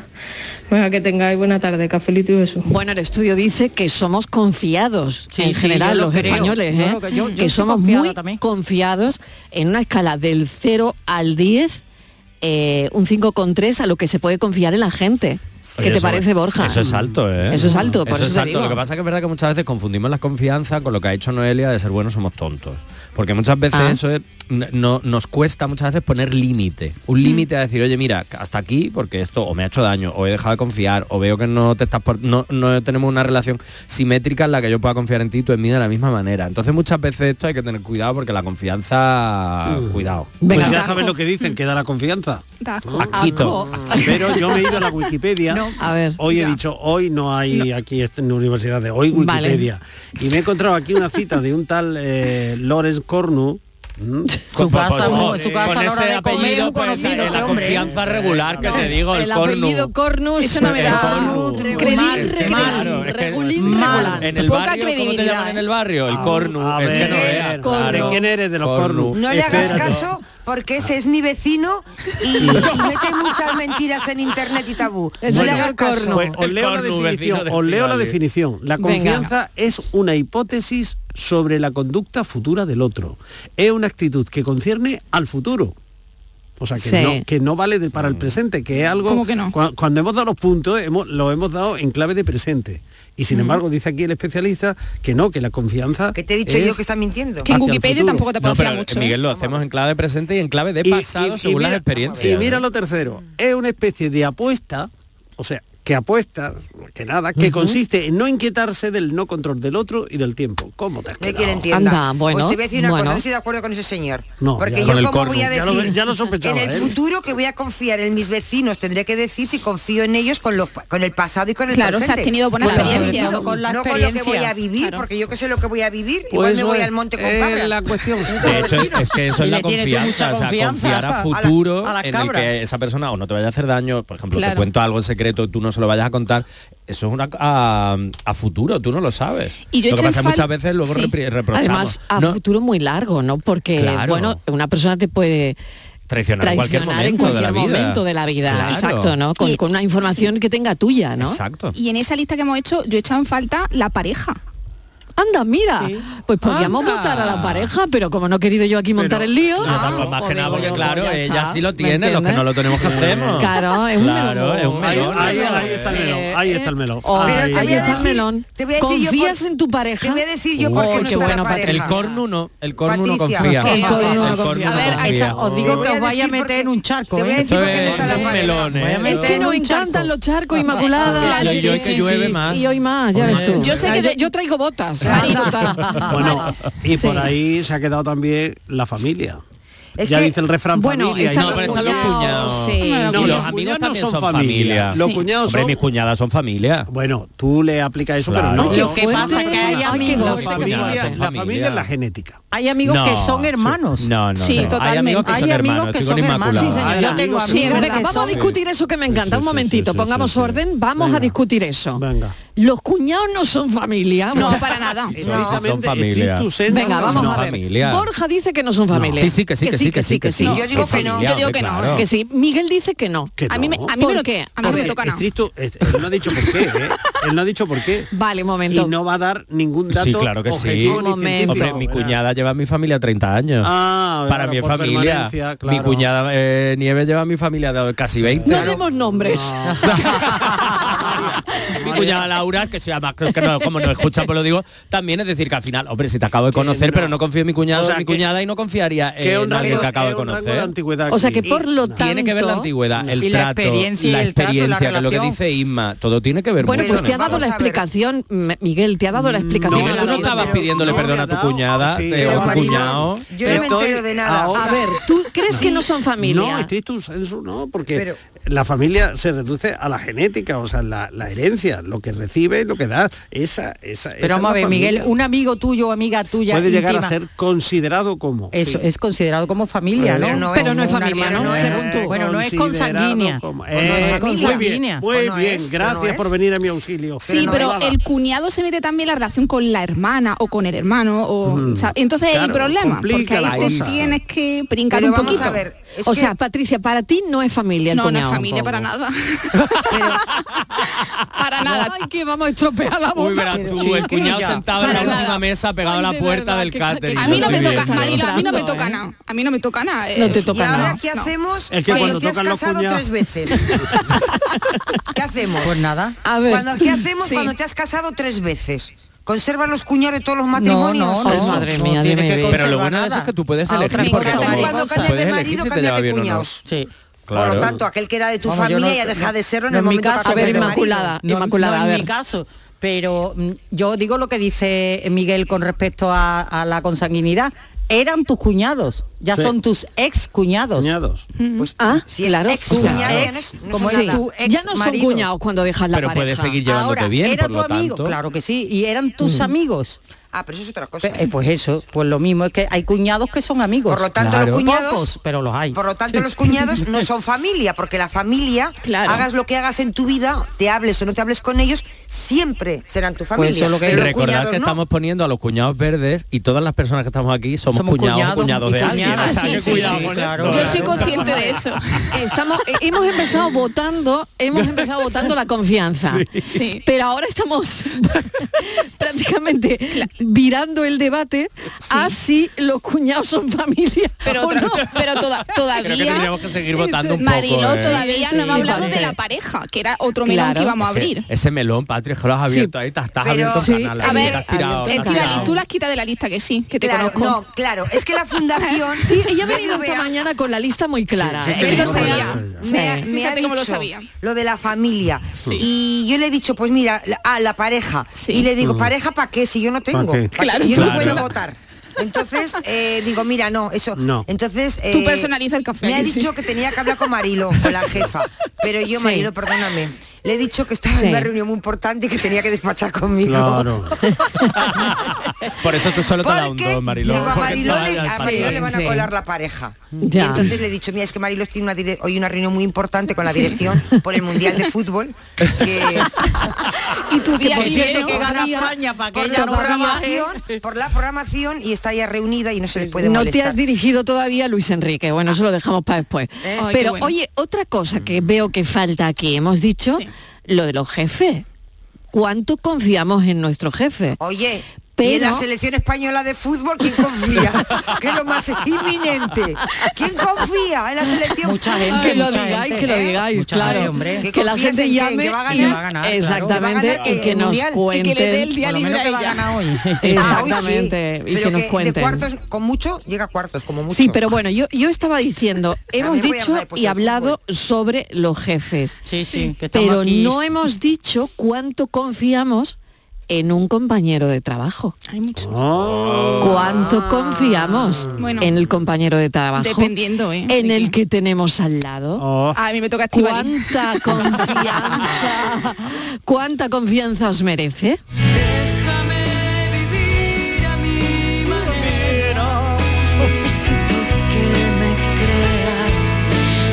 S11: Venga, que tengáis buena tarde, cafelito y besos.
S3: Bueno, el estudio dice que somos confiados
S11: Sí,
S3: en
S11: sí,
S3: general
S11: yo lo
S3: los
S11: creo.
S3: españoles,
S11: Yo
S3: ¿eh?
S11: lo que- yo- yo
S3: que
S11: soy
S3: somos
S11: confiada
S3: muy confiados en una escala del 0 al 10, eh, un 5,3 a lo que se puede confiar en la gente. ¿Qué
S4: Oye,
S3: te
S4: eso-
S3: parece, Borja?
S4: Eso es alto, ¿eh?
S3: Eso es alto, por eso
S4: es
S3: te
S4: alto.
S3: digo.
S4: Lo que pasa es que es verdad que muchas veces confundimos las confianzas con lo que ha hecho Noelia de ser buenos somos tontos. Porque muchas veces
S12: Ah.
S4: eso es- n- no, nos cuesta muchas veces poner límite.
S3: Mm.
S4: Un límite a decir, oye, mira, hasta aquí, porque esto o me ha hecho daño, o he dejado de confiar, o veo que no te estás por- no, no tenemos una relación simétrica en la que yo pueda confiar en ti y tú en mí de la misma manera. Entonces muchas veces esto hay que tener cuidado porque la confianza. Cuidado.
S5: Pues ya sabes lo que dicen, que da la confianza.
S4: Asquito.
S5: Pero yo me he ido a la Wikipedia.
S3: A ver.
S5: Hoy he dicho, hoy no hay aquí est- en universidad de hoy Wikipedia. Y me he encontrado aquí una cita de un tal eh, Lawrence Cornu.
S4: Su casa, Por- su casa con a la hora ese de comer, apellido, muy pues, conocido, eh, este la hombre. confianza regular que te digo, el
S3: apellido Cornus. Eso no me da. Credir,
S4: Claro, es que- en el
S3: Poca
S4: barrio, ¿cómo te llaman en el barrio? El cornu. es que no es.
S5: ¿De quién eres? De los Cornu.
S6: No le hagas
S5: Espérate.
S6: caso porque ese es mi vecino y, y mete muchas mentiras en internet y tabú. No le
S5: Bueno,
S6: hagas caso.
S5: pues os leo la definición. os leo la definición. La
S6: Venga.
S5: confianza es una hipótesis sobre la conducta futura del otro. Es una actitud que concierne al futuro. O sea, que,
S13: Sí.
S5: no, que no vale de- para el presente, que es algo...
S13: ¿Cómo que no?
S5: cua- cuando hemos dado los puntos, hemos, lo hemos dado en clave de presente. Y
S13: Mm.
S5: sin embargo, dice aquí el especialista que no, que la confianza... Que
S6: te he dicho yo que está mintiendo.
S4: Que en Wikipedia tampoco te No, pero,
S5: mucho.
S6: ¿eh?
S4: Miguel, lo hacemos en clave de presente y en clave de
S5: Y-
S4: pasado
S5: y-
S4: según
S5: y mira-
S4: las experiencias.
S5: Y mira lo tercero, es una especie de apuesta, o sea, que apuesta, que nada, que consiste en no inquietarse del no control del otro y del tiempo. ¿Cómo te has
S6: No hay
S5: quedado?
S6: quien entienda. Pues te voy a decir una cosa, no estoy de acuerdo con ese señor.
S5: No,
S6: Porque
S5: ya.
S6: yo
S5: Con el
S6: como
S5: corno.
S6: voy a
S5: Ya
S6: decir
S5: lo- ya lo sospechaba,
S6: en el
S5: ¿eh?
S6: futuro que voy a confiar en mis vecinos, tendré que decir si confío en ellos con los pa- con el pasado y con el
S8: Claro, si
S6: presente.
S8: has tenido buena
S6: Claro.
S8: experiencia.
S6: No
S8: Con la
S6: lo que voy
S8: experiencia.
S6: a vivir, porque yo que sé lo que voy a vivir, igual
S4: Pues
S6: me
S4: eso
S6: voy
S4: es-
S6: al monte con
S4: es
S6: cabras.
S4: la cuestión. De hecho, es que eso es
S6: Y
S4: la
S6: le tiene tú
S4: confianza,
S6: mucha
S4: o sea,
S6: confianza
S4: confiar a
S6: a la-
S4: futuro
S6: a la
S4: en el
S6: cabra.
S4: que esa persona o no te vaya a hacer daño, por ejemplo, te
S8: Claro.
S4: cuento algo en secreto y tú no se lo vayas a contar. Eso es una a, a futuro, tú no lo sabes.
S3: Y yo
S4: lo que
S3: echo en
S4: pasa es
S3: fal-
S4: muchas veces luego
S3: Sí.
S4: repri- reprochamos.
S3: Además, a
S4: No,
S3: futuro muy largo, ¿no? Porque,
S4: Claro.
S3: bueno, una persona te puede
S4: traicionar, en cualquier
S3: traicionar en
S4: momento
S3: cualquier
S4: de la vida.
S3: momento de la vida.
S4: Claro.
S3: Exacto, ¿no? Con, con una información que tenga tuya, ¿no?
S4: Exacto.
S8: Y en esa lista que hemos hecho, yo he echado en falta la pareja.
S3: Anda, mira, pues podríamos
S8: Anda.
S3: votar a la pareja, pero como no he querido yo aquí montar el lío,
S4: No, tampoco más que nada, porque claro, ella sí lo tiene, los que
S3: entiendes?
S4: no lo tenemos que hacemos.
S3: Claro, es un
S4: Claro, es un melón.
S5: Ahí, ahí está el melón, ahí está el melón.
S3: Oh,
S5: Ahí
S3: ahí
S5: está el
S3: está el
S5: melón.
S3: melón.
S6: te voy a decir yo
S3: ¿Confías
S6: por-
S3: en tu pareja?
S6: te voy a decir yo por qué
S3: Oh,
S6: no
S3: qué
S6: está la
S3: bueno,
S6: pareja.
S3: Patricia.
S4: El cornu no, el cornu no
S6: Patricia.
S4: confía.
S6: El cornu no
S4: El
S6: confía.
S4: cornu
S6: A ver,
S4: confía.
S7: esa- os digo que os vaya a
S6: decir
S7: meter en un charco.
S6: Te voy a
S7: ¿eh?
S6: decir por qué no
S4: Esto
S6: está la
S4: es un
S6: pareja.
S4: melón, ¿eh?
S3: Es que nos encantan los charcos inmaculadas.
S4: Y hoy que llueve más.
S3: Y hoy más, ya ves tú.
S8: Yo sé que
S3: yo,
S8: de-
S3: yo traigo botas.
S5: Bueno, y por ahí se ha quedado también la familia.
S3: Es
S5: ya
S3: que-
S5: dice el refrán
S3: bueno,
S5: familia.
S3: están
S5: y-
S3: los No, pero están los cuñados, cuñados. sí.
S5: No,
S4: Sí,
S5: los,
S4: los
S5: amigos
S4: cuñados
S5: también
S4: son
S5: son
S4: familia.
S5: familia. Los
S4: Sí.
S5: cuñados
S4: Hombre,
S5: son...
S4: mis cuñadas son familia.
S5: Bueno, tú le aplicas eso,
S4: Claro.
S5: pero no.
S4: Ay, qué
S5: no,
S4: fuerte.
S5: pasa que hay
S4: Ay, qué
S5: amigos,
S4: fuerte
S5: la
S4: que
S5: familia-
S4: pasa.
S5: la familia es la genética.
S7: Hay amigos
S4: No,
S7: que son hermanos.
S4: sí. No, no,
S7: Sí,
S4: no. Hay
S7: totalmente.
S4: amigos que son hermanos,
S7: que
S4: estoy
S7: son
S4: con
S7: hermanos.
S4: Inmaculada.
S7: Sí, señora.
S4: Yo tengo
S3: Sí,
S7: amigos
S3: venga,
S7: que
S3: vamos a
S7: son-
S3: discutir eso que me encanta. un momentito, pongamos orden, vamos a discutir eso. Los cuñados no son familia.
S8: No,
S3: O sea,
S8: para nada.
S4: Precisamente, son familia. stricto sensu,
S3: Venga,
S4: no
S3: vamos
S4: son
S3: a ver.
S4: familia.
S3: Borja dice que no son familia.
S4: Sí, sí, que sí, que sí, que sí, que sí.
S3: Yo digo
S4: Son
S3: que no,
S4: familia,
S3: yo digo
S4: hombre,
S3: que
S4: claro.
S3: no. Que sí. Miguel dice que no.
S5: Que
S3: A mí me
S5: no.
S3: a mí me lo que a mí me
S5: Porque
S3: toca no.
S5: estricto, es- él no ha dicho por qué, ¿eh? Él no ha dicho por qué.
S3: Vale, un momento.
S5: Y no va a dar ningún dato.
S4: Sí, claro que sí.
S5: objetivo ni científico.
S4: Hombre, mi cuñada lleva a mi familia 30 años.
S5: Ah,
S4: Para
S5: claro,
S4: mi
S5: por
S4: familia.
S5: permanencia,
S4: Mi
S5: claro.
S4: cuñada eh, Nieves lleva a mi familia de casi 20.
S3: No demos nombres.
S4: Mi cuñada Laura, que se llama, que no, como no escucha, pues lo digo, también es decir que al final, hombre, si te acabo de conocer, pero no confío en mi cuñado,
S5: O sea,
S4: en mi
S5: que-
S4: cuñada y no confiaría
S5: que es
S4: en
S5: un
S4: alguien
S5: rango-
S4: que acabo
S5: es
S4: de
S5: un rango
S4: conocer.
S5: de antigüedad
S3: O sea que por lo tanto...
S4: ¿Eh? tiene que ver la antigüedad, el
S3: Y la
S4: trato,
S3: experiencia y
S4: la
S3: el trato, la
S4: experiencia, que es lo que
S3: relación.
S4: dice Isma, todo tiene que ver
S3: Bueno,
S4: mucho
S3: pues
S4: en
S3: te ha
S4: eso.
S3: dado la explicación, M- Miguel, te ha dado la explicación.
S4: Miguel, tú no estabas pidiéndole perdón a tu cuñada, eh, o a tu cuñado.
S5: no me Estoy entero de nada. ahora-
S3: A ver, ¿tú crees que no son
S5: No,
S3: familia?
S5: estricto sensu no, porque la familia se reduce a la genética, o sea, la, la herencia, lo que recibe, lo que da, esa, esa. esa es
S7: Pero vamos
S5: la
S7: a ver,
S5: familia.
S7: Miguel, un amigo tuyo o amiga tuya
S5: puede llegar a
S7: íntima,
S5: ser considerado como.
S7: Eso es considerado como familia, ¿no?
S5: Pero no
S3: Pero no es familia, ¿no? Según tú.
S7: Bueno, no es
S5: Considerado
S7: consanguínea.
S5: como-
S7: O no es
S5: Eh, muy bien,
S7: consanguínea.
S5: muy
S7: O no
S5: bien,
S7: es, o no
S5: gracias
S7: es.
S5: por venir a mi auxilio.
S8: Sí, pero
S5: Nada.
S8: el cuñado se mete también en la relación con la hermana o con el hermano. O,
S5: Mm.
S8: ¿sabes? Entonces
S5: Claro,
S8: hay problema,
S5: complica
S8: porque
S5: la
S8: ahí te
S5: cosa.
S8: tienes que brincar un poquito.
S3: o sea, Patricia, para ti no es familia el
S8: no, no es
S3: cuñado.
S8: familia para nada. para nada.
S3: Ay, que vamos a estropear la
S4: Uy,
S3: bomba.
S4: verás tú, el cuñado sentado en la última mesa pegado a la puerta del catering.
S8: A mí no
S4: lo
S8: me
S4: estoy
S8: toca,
S4: viendo.
S8: Marilo, a mí no me toca nada. A mí no me toca nada. eh.
S3: No te toca
S8: ¿Y ahora
S3: nada.
S8: qué hacemos?
S5: Es que cuando
S8: te has
S5: tocan los
S8: casado
S5: cuñados-
S8: tres veces.
S6: ¿Qué hacemos?
S7: Pues nada.
S3: A ver.
S6: Cuando, ¿Qué hacemos
S3: Sí.
S6: cuando te has casado tres veces? ¿Conservas los cuñados de todos los matrimonios?
S7: no, no. Ay, madre mía, dime bien.
S4: Pero lo bueno de eso es que tú puedes
S7: A otra
S4: elegir, porque
S7: cosa.
S4: como
S7: Cuando
S4: puedes
S6: cambias de
S4: elegir
S6: marido,
S4: si te
S6: cambias
S4: lleva
S6: de
S4: bien o no.
S6: cuñados.
S7: Sí.
S6: Por
S4: Pues, Claro.
S6: lo tanto, aquel que era de tu
S7: Vamos, yo
S6: familia
S7: no-
S6: ya deja
S7: no-
S6: de serlo en
S7: no
S6: el
S7: mi
S6: momento
S7: caso,
S6: que acabes
S3: pero
S6: de
S3: Inmaculada.
S6: marido.
S7: No,
S3: Inmaculada,
S7: no
S3: a
S7: en
S3: ver.
S7: mi caso. Pero mm, yo digo lo que dice Miguel con respecto a, a la consanguinidad. Eran tus cuñados, ya
S5: Sí.
S7: son tus ex cuñados.
S5: Cuñados.
S6: Pues
S3: Ah, claro.
S6: ex cuñado,
S3: claro.
S6: ya no es- no
S3: Como
S6: es
S3: sí,
S6: nada.
S3: Ya no son
S7: marido.
S3: cuñados cuando dejas la
S4: Pero
S3: pareja.
S4: puedes seguir llevándote
S7: Ahora,
S4: bien,
S7: era
S4: por
S7: tu
S4: lo
S7: amigo,
S4: tanto.
S7: claro que sí, y eran tus amigos.
S6: Ah, pero eso es otra cosa.
S7: Pe- eh, Pues eso, pues lo mismo, es que hay cuñados que son amigos.
S6: Por lo tanto, los cuñados-
S7: Pocos, pero los hay.
S6: Por lo tanto, los cuñados no son familia, porque la familia,
S3: Claro.
S6: hagas lo que hagas en tu vida, te hables o no te hables con ellos, siempre serán tu familia.
S7: Pues eso es lo que
S6: Pero los
S4: Recordad
S6: cuñados
S4: que
S6: no.
S4: estamos poniendo a los cuñados verdes y todas las personas que estamos aquí somos,
S7: Somos
S4: cuñados, cuñados,
S7: cuñados y
S4: de alguien.
S7: cuñadas,
S4: O sea,
S7: sí,
S4: que
S7: sí,
S4: cuidado
S7: sí,
S4: con
S7: claro.
S4: esto,
S7: Yo
S4: ¿eh?
S7: soy
S3: consciente de eso. Estamos, eh, hemos empezado votando, hemos empezado votando la confianza.
S8: Sí.
S3: Pero ahora estamos prácticamente virando el debate a si los cuñados son familia.
S8: Pero,
S3: o
S8: otra-
S3: no.
S8: pero toda-
S4: Creo que
S8: todavía
S4: tendríamos que seguir votando un poco.
S8: Mariló
S4: ¿eh?
S8: todavía no hemos
S3: Sí,
S8: hablado de
S3: vale.
S8: la pareja, que era otro melón
S3: Claro.
S8: que íbamos a
S4: Que
S8: abrir.
S4: Ese melón, Patria, es que lo has abierto ahí, te estás
S6: pero-
S4: abierto
S6: Sí,
S4: canal.
S8: a
S4: ahí,
S8: ver, eh,
S4: te has tirado, te has
S3: abierto
S8: Estivali,
S4: tirado.
S8: tú las quitas de la lista que sí, que te
S6: Claro,
S8: conozco.
S6: no, claro, es que la fundación...
S3: Sí, ella ha
S6: me
S3: venido
S6: ido
S3: esta
S6: Bea,
S3: mañana con la lista muy clara.
S6: Sí,
S3: ¿eh?
S6: sí,
S8: Él lo
S6: sí,
S8: sabía.
S3: Sí.
S6: Me, ha- me ha
S8: Fíjate
S6: dicho
S8: cómo lo sabía.
S6: lo de la familia
S4: Sí.
S6: y yo le he dicho pues mira la- a la pareja
S8: Sí.
S6: y le digo pareja para qué si yo no tengo
S5: qué?
S6: ¿Pa' qué?
S8: Claro.
S6: yo no
S4: Claro.
S6: puedo votar entonces eh, digo mira no eso
S5: No.
S6: entonces eh,
S8: Tú personaliza el café,
S6: me ha
S8: que sí.
S6: dicho que tenía que hablar con Marilo con la jefa pero yo
S3: Sí.
S6: Marilo perdóname le he dicho que estaba
S3: Sí.
S6: en una reunión muy importante y que tenía que despachar conmigo
S5: Claro.
S4: Por eso tú solo te das un
S6: porque
S4: dos, Mariló.
S6: digo, a
S4: porque
S6: Mariló,
S4: todas
S6: le,
S4: las
S6: a Mariló
S4: pasadas.
S6: le van
S3: Sí.
S6: a colar la pareja.
S3: Ya.
S6: Y entonces le he dicho, mira, es que Mariló tiene una dire- hoy una reunión muy importante con la dirección por el Mundial de Fútbol. Que,
S8: Y tu día
S3: por
S8: libre,
S3: cierto,
S8: ¿no?
S3: que
S6: por la-
S3: ganaría
S6: por
S3: ella
S6: la
S3: no trabaje.
S6: programación, por la programación y está ya reunida y no se les puede
S3: no te
S6: molestar.
S3: has dirigido todavía a Luis Enrique, bueno, eso lo dejamos para después.
S6: Eh.
S8: Ay, qué
S3: Pero
S8: bueno.
S3: oye, otra cosa que veo que falta aquí, hemos dicho
S8: Sí.
S3: lo de los jefes. ¿Cuánto confiamos en nuestro jefe?
S6: Oye,
S3: Pero-
S6: y en la selección española de fútbol, ¿quién confía? que es lo más inminente. ¿quién confía en la selección?
S7: Mucha gente,
S3: Que lo
S7: mucha
S3: digáis,
S7: gente,
S3: que lo
S7: ¿eh?
S3: digáis,
S7: Mucha
S3: claro.
S7: gente, hombre.
S3: Que la
S6: confíes
S3: gente
S6: en quién,
S3: llame
S6: que va a
S3: y-
S6: ganar.
S7: va a ganar, claro.
S6: Que va a
S3: exactamente
S6: ganar
S3: y que
S6: el
S3: nos
S6: Mundial. Y que
S3: cuente
S8: Y que le dé el día
S7: Por lo
S8: libre
S7: menos
S8: a
S7: que va a
S8: ella.
S7: ganar hoy.
S6: Ah, hoy sí,
S3: Exactamente, y
S6: pero
S3: que nos
S6: De
S3: cuenten.
S6: cuartos, con mucho, llega a cuartos, como mucho.
S3: Sí, pero bueno, yo, yo estaba diciendo, hemos
S6: También voy a
S3: dicho
S6: hablar de
S3: y
S6: fútbol.
S3: hablado sobre los jefes,
S7: Sí, sí, que estamos
S3: pero
S7: aquí.
S3: no hemos dicho cuánto confiamos en un compañero de trabajo.
S8: Hay mucho.
S3: Ah. ¿Cuánto confiamos
S8: Bueno.
S3: en el compañero de trabajo?
S8: Dependiendo, ¿eh?
S3: En
S8: de quién.
S3: el que tenemos al lado.
S8: A mí me toca activar.
S3: ¿Cuánta confianza? ¿Cuánta confianza os merece?
S1: Necesito que me creas,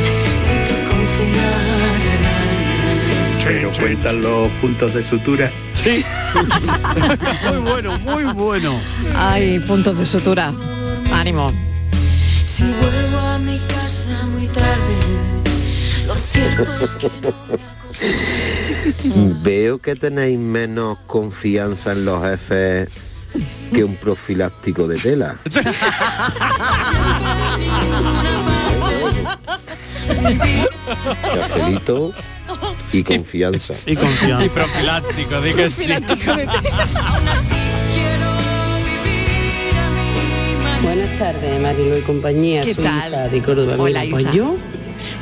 S1: necesito confiar en alguien.
S12: Pero cuentan los puntos de sutura.
S5: Sí. muy bueno, muy bueno.
S3: Ay, puntos de sutura. Ánimo.
S1: Si vuelvo a mi casa muy tarde, lo cierto es que no me acostumbré.
S13: Veo que tenéis menos confianza en los jefes que un profiláctico de tela. Cafelito y confianza.
S5: Y
S4: Y profiláctico, di que sí.
S14: Buenas tardes, Marilo y compañía.
S3: ¿Qué
S14: Soy
S3: tal?
S14: Isa de Córdoba.
S3: Hola,
S14: Mira, pues
S3: Isa.
S14: yo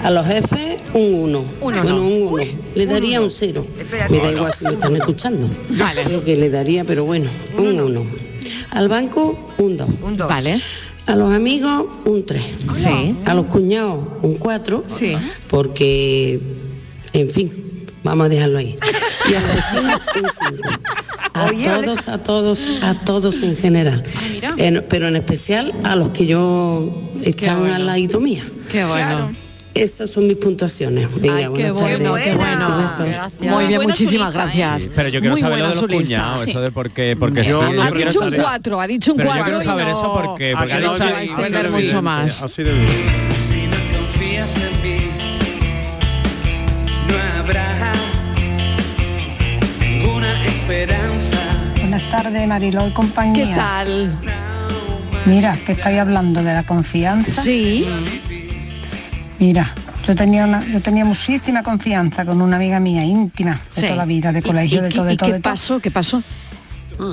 S14: a los jefes un 1.
S3: Un uno.
S14: Bueno, un 1. Le
S3: un
S14: daría
S3: uno.
S14: un 0.
S3: Espérate.
S14: Me da
S3: No,
S14: igual
S3: no.
S14: si me están escuchando. Creo que le daría, pero bueno, un 1. Al banco, un 2. Un 2. Vale. A los amigos, un 3. Sí. A los cuñados, un 4. Sí. Porque, en fin, vamos a dejarlo ahí. Y a los vecinos, un cinco. A
S6: Oye, Ale-
S14: todos, a todos, a todos en general.
S3: Ah,
S6: mira.
S14: En- pero en especial a los que yo están
S6: bueno.
S14: al ladito mía.
S3: Qué bueno.
S14: Esas son mis puntuaciones. Venga,
S3: Ay, qué
S14: buenas
S3: bueno,
S14: tardes.
S3: qué bueno.
S14: Besos.
S3: Muy bien, muchísimas gracias.
S4: Pero yo quiero
S3: Muy
S4: saber lo
S3: buena
S4: de los
S3: su lista,
S4: cuñados,
S3: sí.
S4: eso de por qué, porque
S3: Yo
S4: sí,
S3: no
S4: yo
S3: ha
S4: quiero
S3: dicho un
S4: saber-
S3: cuatro, ha dicho un
S4: Pero
S3: cuatro
S4: yo
S3: y
S4: quiero saber
S3: no-
S4: eso porque,
S3: Ah,
S4: porque ha
S3: que no
S4: dicho-
S3: se va a extender
S4: así de
S3: mucho más.
S5: Así de bien.
S9: Si no confías en mí, no habrá ninguna esperanza.
S15: Buenas tardes, Mariló y compañía.
S3: ¿Qué tal?
S15: Mira, que estáis hablando de la confianza.
S3: Sí.
S15: Mira, yo tenía una, yo tenía muchísima confianza con una amiga mía íntima de
S3: Sí.
S15: toda la vida, de
S3: ¿Y-
S15: colegio,
S3: y
S15: de
S3: qué-
S15: todo, de
S3: y
S15: todo.
S3: qué
S15: de todo.
S3: pasó? ¿Qué pasó?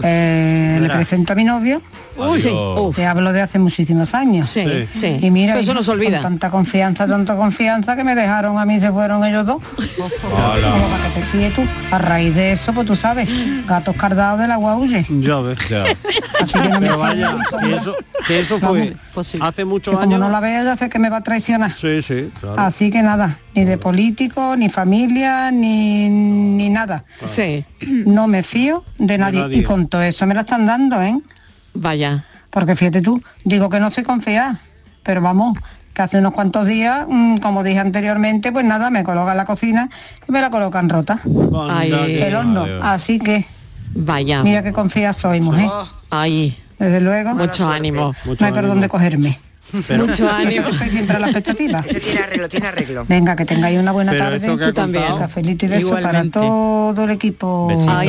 S15: Eh, le
S3: Verás.
S15: presento a mi novio.
S3: Uy. Sí, uf.
S15: Te hablo de hace muchísimos años.
S3: Sí, sí.
S15: Y mira,
S3: Pero eso no se
S15: con
S3: olvida.
S15: tanta confianza, tanta confianza que me dejaron a mí, se fueron ellos dos. Como para que te fíes tú. A raíz de eso, pues tú sabes, gatos cardados del agua huye.
S5: Ya ves. Pero vaya, que eso, que eso fue hace muchos
S15: pues Como no
S5: años.
S15: la veo, ya sé que me va a traicionar. Ah,
S5: Sí, sí, claro.
S15: Así que nada, ni de político, ni familia, ni, ni nada. No me fío de nadie.
S3: nadie.
S15: Y con todo eso me la están dando, ¿eh?
S3: Vaya.
S15: Porque fíjate tú, digo que no soy confiada, pero vamos, que hace unos cuantos días, mm, como dije anteriormente, pues nada, me colocan la cocina y me la colocan rota.
S3: Ay. que
S15: el horno.
S3: madre.
S15: Así que,
S3: Vaya.
S15: mira qué confía soy, mujer.
S3: Ahí.
S15: Desde luego.
S3: Mucho ánimo.
S15: no hay perdón de cogerme.
S3: Pero- Mucho
S15: Yo
S3: ánimo.
S15: Estoy siempre a la expectativa. tiene arreglo, tiene arreglo. Venga, que tengáis una buena
S5: Pero
S15: tarde.
S5: esto que ha Tú también. contado-
S15: Cafelito y beso para
S5: Igualmente.
S15: todo el equipo.
S5: A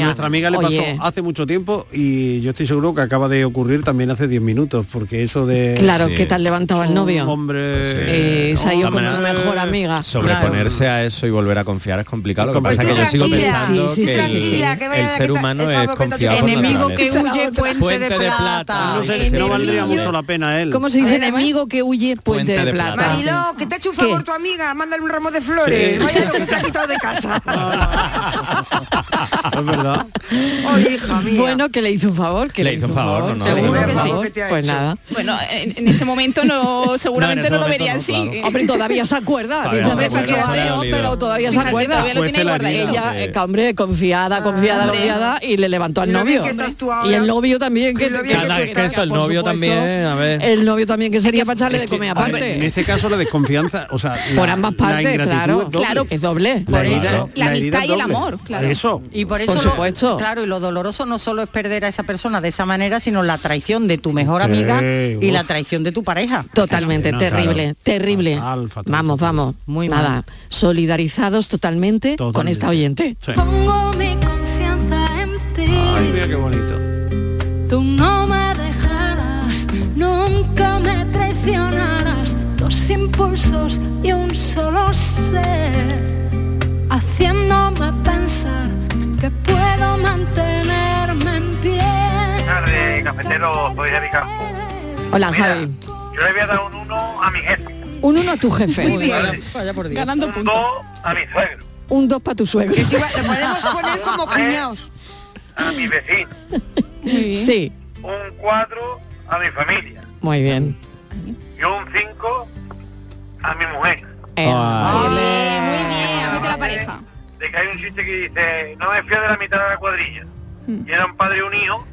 S5: nuestra amiga le pasó
S15: Oye.
S5: hace mucho tiempo y yo estoy seguro que acaba de ocurrir también hace 10 minutos, porque eso de...
S3: Claro, ¿qué tal levantaba el novio?
S5: Hombre.
S3: Eh, se ha ido con tu
S4: También-
S3: mejor amiga.
S4: Sobreponerse a eso y volver a confiar es complicado. Lo que
S5: Pues
S4: pasa es que
S5: tú
S4: yo sigo
S5: tranquila,
S4: pensando
S5: sí, sí,
S4: que
S5: sí,
S4: el,
S5: tranquila, que
S4: el
S5: vaya, que
S4: ser
S5: ta-
S4: humano
S5: el
S4: es
S5: favor que te-
S4: confiado por
S5: Enemigo
S4: naturaleza.
S5: que huye, puente de
S3: plata.
S5: No sé, no valdría mucho la pena él.
S3: ¿Cómo se dice enemigo que huye puente, de, plata?
S6: Mariló, que te ha hecho un favor tu amiga, mándale un ramo de flores. Vaya lo que te ha quitado de casa.
S3: Ah,
S5: Es verdad.
S4: Oh,
S3: Bueno, que le hizo un favor, que le, hizo un favor.
S4: no,
S3: que le
S4: no,
S3: hizo
S4: no,
S3: un
S4: no.
S3: favor.
S4: Que te ha
S3: Pues
S4: hecho.
S3: nada.
S8: Bueno, en, en ese momento no, seguramente
S4: No,
S8: no,
S4: en ese
S8: lo
S4: momento
S8: vería
S4: no,
S8: así.
S4: claro.
S3: Hombre, todavía se acuerda.
S4: Todavía
S3: Dice,
S4: se
S3: hombre, fue
S4: acuerda,
S3: que
S4: se le ha
S3: ateo,
S4: dolido.
S3: pero todavía se
S4: Fíjate,
S3: acuerda.
S4: todavía lo Fue tiene celada, guardadito.
S3: Ella,
S4: sí.
S3: eh, que, hombre, confiada, confiada,
S4: hombre.
S3: confiada, y le levantó al
S4: Lo bien
S3: novio.
S4: que estás tú
S3: Y
S4: ahora.
S3: el novio también, que, que-
S4: Cada vez que eso, el
S3: por
S4: novio
S3: supuesto,
S4: también, ¿eh? a ver.
S3: El novio también, que sería para echarle de comer
S5: A ver, en
S3: aparte.
S5: este caso la desconfianza, o sea,
S3: Por
S5: la-
S3: ambas
S5: la
S3: partes,
S5: ingratitud es
S3: claro.
S5: doble.
S3: Claro, es doble.
S5: La herida- la herida es doble. Eso.
S7: Y por eso,
S5: Por
S7: lo-
S5: supuesto.
S7: claro, y lo doloroso no solo es perder a esa persona de esa manera, sino la traición de tu mejor
S3: Sí,
S7: amiga y
S3: uf.
S7: la traición de tu pareja.
S3: Totalmente, terrible, terrible. vamos, vamos.
S7: Muy
S3: Nada,
S7: mal.
S3: solidarizados totalmente, con esta oyente.
S16: Pongo mi confianza en ti.
S5: Ay, mira qué bonito.
S16: Tú no me dejarás, nunca me traicionarás. Dos impulsos y un solo ser, haciéndome pensar que puedo mantenerme en pie.
S17: tardes, cafetero, soy Javi Campo.
S3: Hola, Javi.
S17: Yo le voy a dar un 1 a mi jefe,
S3: Un uno a tu jefe.
S17: un 2 a mi suegro,
S3: Un dos para tu suegro.
S17: Que si va- le podemos poner
S6: Como cuñados.
S17: a mi vecino,
S3: Sí,
S17: un 4 a mi familia
S3: muy bien.
S17: y un 5 a mi mujer.
S3: Eh,
S17: la pareja. De que hay un chiste que dice, no me fío de la mitad de la cuadrilla. Y era un padre y un hijo,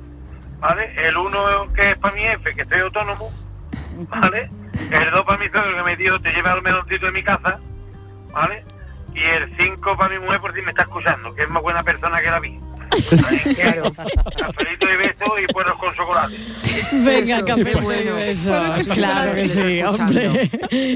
S17: ¿vale? El uno que es para mi jefe, que soy autónomo, ¿vale? El dos para mi suegro que me dijo, te lleva al meloncito de mi casa, ¿vale? Y el cinco para mi mujer por si me está escuchando, que es más buena persona que la vi. Así que, cafelito y beso y puerros con chocolate.
S3: Venga,
S17: Eso,
S3: café
S17: qué
S3: bueno,
S17: bueno.
S3: eso.
S17: Bueno, qué
S3: Claro
S17: chulada
S3: que
S17: que
S3: sí,
S17: estás
S3: hombre.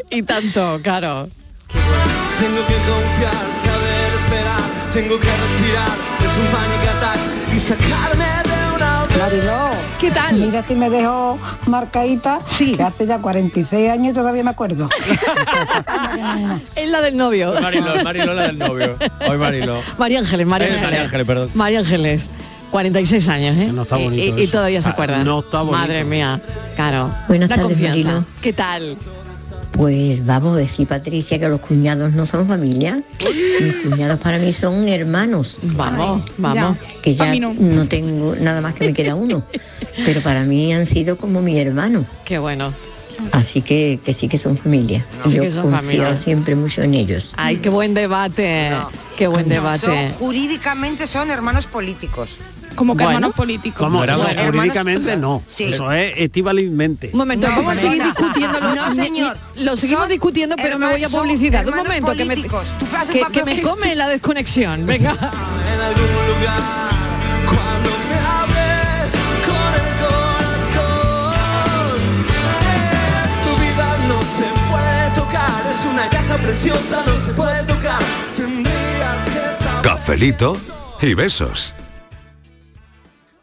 S3: Y tanto, claro.
S9: Tengo que confiar, saber esperar,
S18: tengo que respirar, es un panic attack y sacarme de una...
S15: Mariló.
S3: ¿Qué tal?
S15: Mira si me dejó marcadita. Sí. hace ya 46 años y todavía me acuerdo.
S3: Es la del novio.
S4: Marilo, Marilo la del novio. Hoy Marilo.
S3: María Ángeles, María
S4: Eh,
S3: Ángeles.
S4: María Ángeles, perdón.
S3: María Ángeles, 46 años, ¿eh?
S4: está
S3: Y-
S4: bonito
S3: y, y
S4: eso.
S3: todavía se
S4: Ah,
S3: acuerda.
S4: no está bonito.
S3: Madre mía, claro.
S19: Buenas
S3: la
S19: tardes,
S3: confianza.
S19: Marilo.
S3: ¿Qué tal?
S19: Pues vamos a decir, Patricia, que los cuñados no son familia. Mis cuñados para mí son hermanos.
S3: Vamos, vamos.
S19: Que
S3: Pa'
S19: ya
S3: mí
S19: no.
S3: no.
S19: tengo nada más que me queda uno. Pero para mí han sido como mi hermano.
S3: Qué bueno.
S19: Así que, que sí que son familia.
S3: Sí
S19: Yo
S3: que son
S19: confío
S3: familia.
S19: siempre mucho en ellos.
S3: Ay, qué buen debate. Qué buen
S6: No, son-
S3: debate.
S6: jurídicamente son hermanos políticos.
S19: Como
S3: que hermanos
S19: políticos.
S5: Como
S3: Bueno, hermanos-
S5: jurídicamente no. Eso es estivalmente.
S3: Un momento, vamos a seguir discutiendo. lo-
S6: No, señor.
S3: Lo seguimos
S6: Son
S3: discutiendo, pero me voy a
S6: hermanos-
S3: publicidad. Un
S6: hermanos
S3: momento, que me,
S6: políticos. Tú haces
S3: que-
S6: papel
S3: que me
S6: de-
S3: come la desconexión. Venga.
S18: En algún lugar, cuando me hables con el corazón, es tu vida, no se puede tocar, es una caja preciosa, no se puede tocar, tendrías que saber...
S20: Cafelito y besos.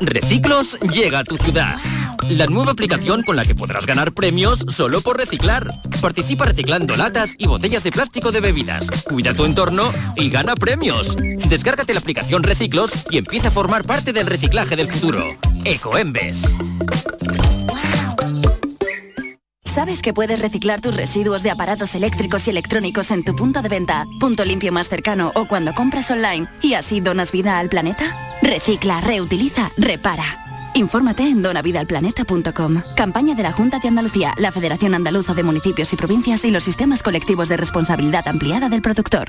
S21: Reciclos llega a tu ciudad. La nueva aplicación con la que podrás ganar premios solo por reciclar. Participa reciclando latas y botellas de plástico de bebidas. Cuida tu entorno y gana premios. Descárgate la aplicación Reciclos y empieza a formar parte del reciclaje del futuro. Ecoembes.
S22: ¿Sabes que puedes reciclar tus residuos de aparatos eléctricos y electrónicos en tu punto de venta, punto limpio más cercano o cuando compras online y así donas vida al planeta? Recicla, reutiliza, repara. Infórmate en donavidalplaneta.com. Campaña de la Junta de Andalucía, la Federación Andaluza de Municipios y Provincias y los sistemas colectivos de responsabilidad ampliada del productor.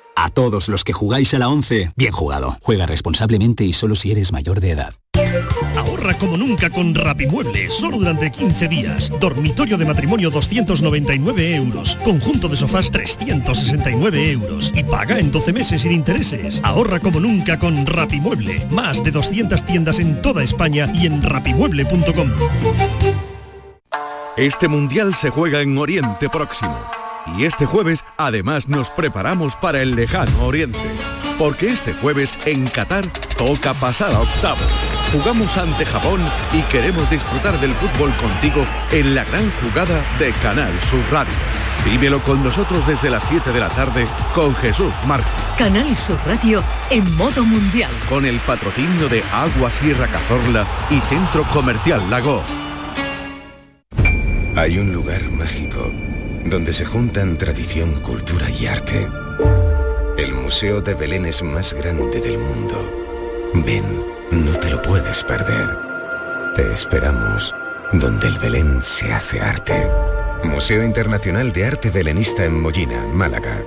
S23: A todos los que jugáis a la 11, bien jugado. Juega responsablemente y solo si eres mayor de edad.
S24: Ahorra como nunca con Rapimueble, solo durante 15 días. Dormitorio de matrimonio 299 euros, conjunto de sofás 369 euros y paga en 12 meses sin intereses. Ahorra como nunca con Rapimueble, más de 200 tiendas en toda España y en rapimueble.com.
S25: Este mundial se juega en Oriente Próximo. Y este jueves además nos preparamos para el lejano Oriente. Porque este jueves en Qatar toca pasar a octavos. Jugamos ante Japón y queremos disfrutar del fútbol contigo en la gran jugada de Canal Sur Radio. Vívelo con nosotros desde las 7 de la tarde con Jesús Márquez.
S26: Canal Sur Radio en modo mundial.
S25: Con el patrocinio de Agua Sierra Cazorla y Centro Comercial Lago.
S27: Hay un lugar mágico donde se juntan tradición, cultura y arte. El Museo de Belén es más grande del mundo. Ven, no te lo puedes perder. Te esperamos donde el Belén se hace arte. Museo Internacional de Arte Belenista en Mollina, Málaga.